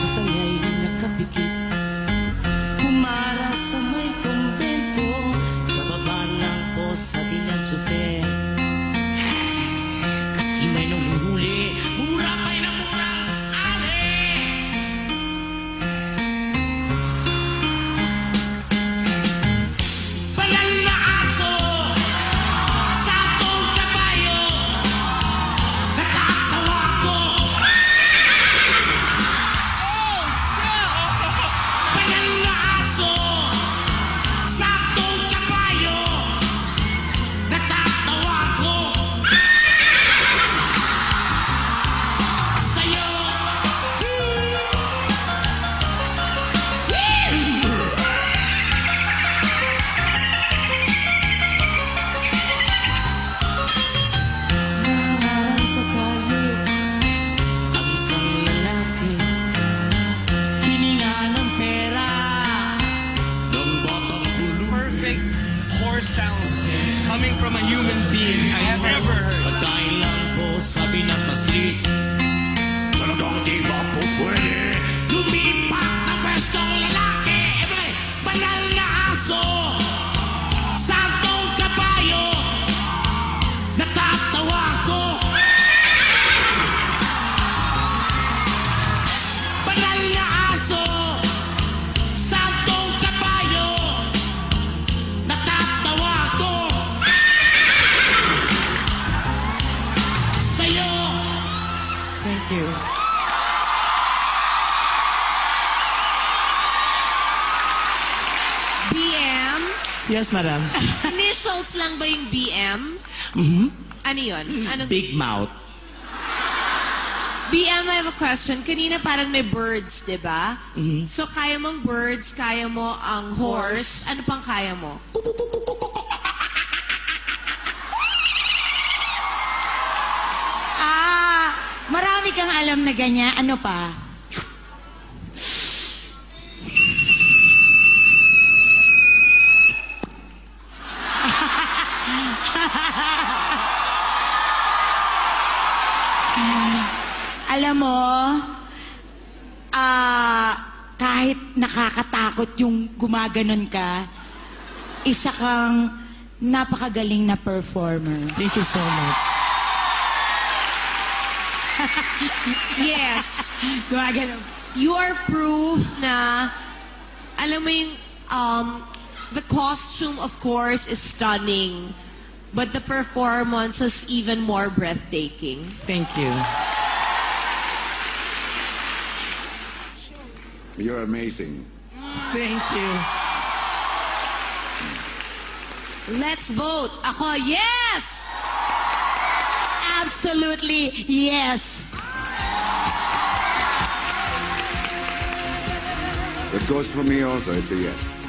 K: At angay nakapikit Pumara sa may kumbento Sa baba lang po sa dinasuper Kasi may nanguhuli Mura pa'y na murang ali Balang na aso Satong kabayo Nakakawa ko Oh, no! Balang na aso Satong kabayo Nakakawa ko Sa'yo Naharang sa tali Ang isang lalaki Hininga ng pera Ng botong dulo Perfect whore sounds Coming from a human being I have never heard Pagkain lang po sabi ng paslit Talagang di ba po pwede Lumipat ang pwestong lalaki Ebe, banal na aso Santong kabayo Natatawa ko Banal na aso Santong kabayo Natatawa ko
I: Yes, madam.
L: Initials lang ba yung BM?
I: Mhm.
L: Ano yun? Anong...
I: Big mouth.
L: BM, I have a question. Kanina parang may birds, di ba?
I: Mhm.
L: Mm-hmm. So, kaya mong birds, kaya mo ang horse. Ano pang kaya mo?
M: Ah, marami kang alam na ganyan. Ano pa? alam mo, ah, kahit nakakatakot yung gumaganon ka, isa kang napakagaling na performer. Thank you so much.
L: yes. You are proof na, alam mo yung, um, the costume, of course, is stunning. But the performance is even more breathtaking.
I: Thank you.
N: You're amazing.
I: Thank you.
L: Let's vote. Ako, yes!
M: Absolutely, yes.
N: It goes for me also. It's a yes.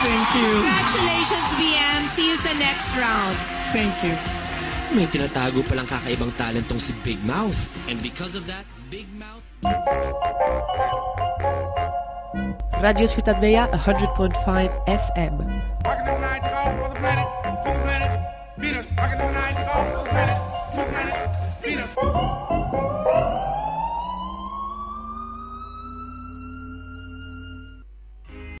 I: Thank you.
L: Congratulations, BM. See you sa next round.
I: Thank you.
K: May tinatago palang kakaibang talentong si Big Mouth. And because of that,
O: Radio Ciudad Bella 100.5 FM.
F: Venus, I can do nine to go for the planet, to the planet, Venus.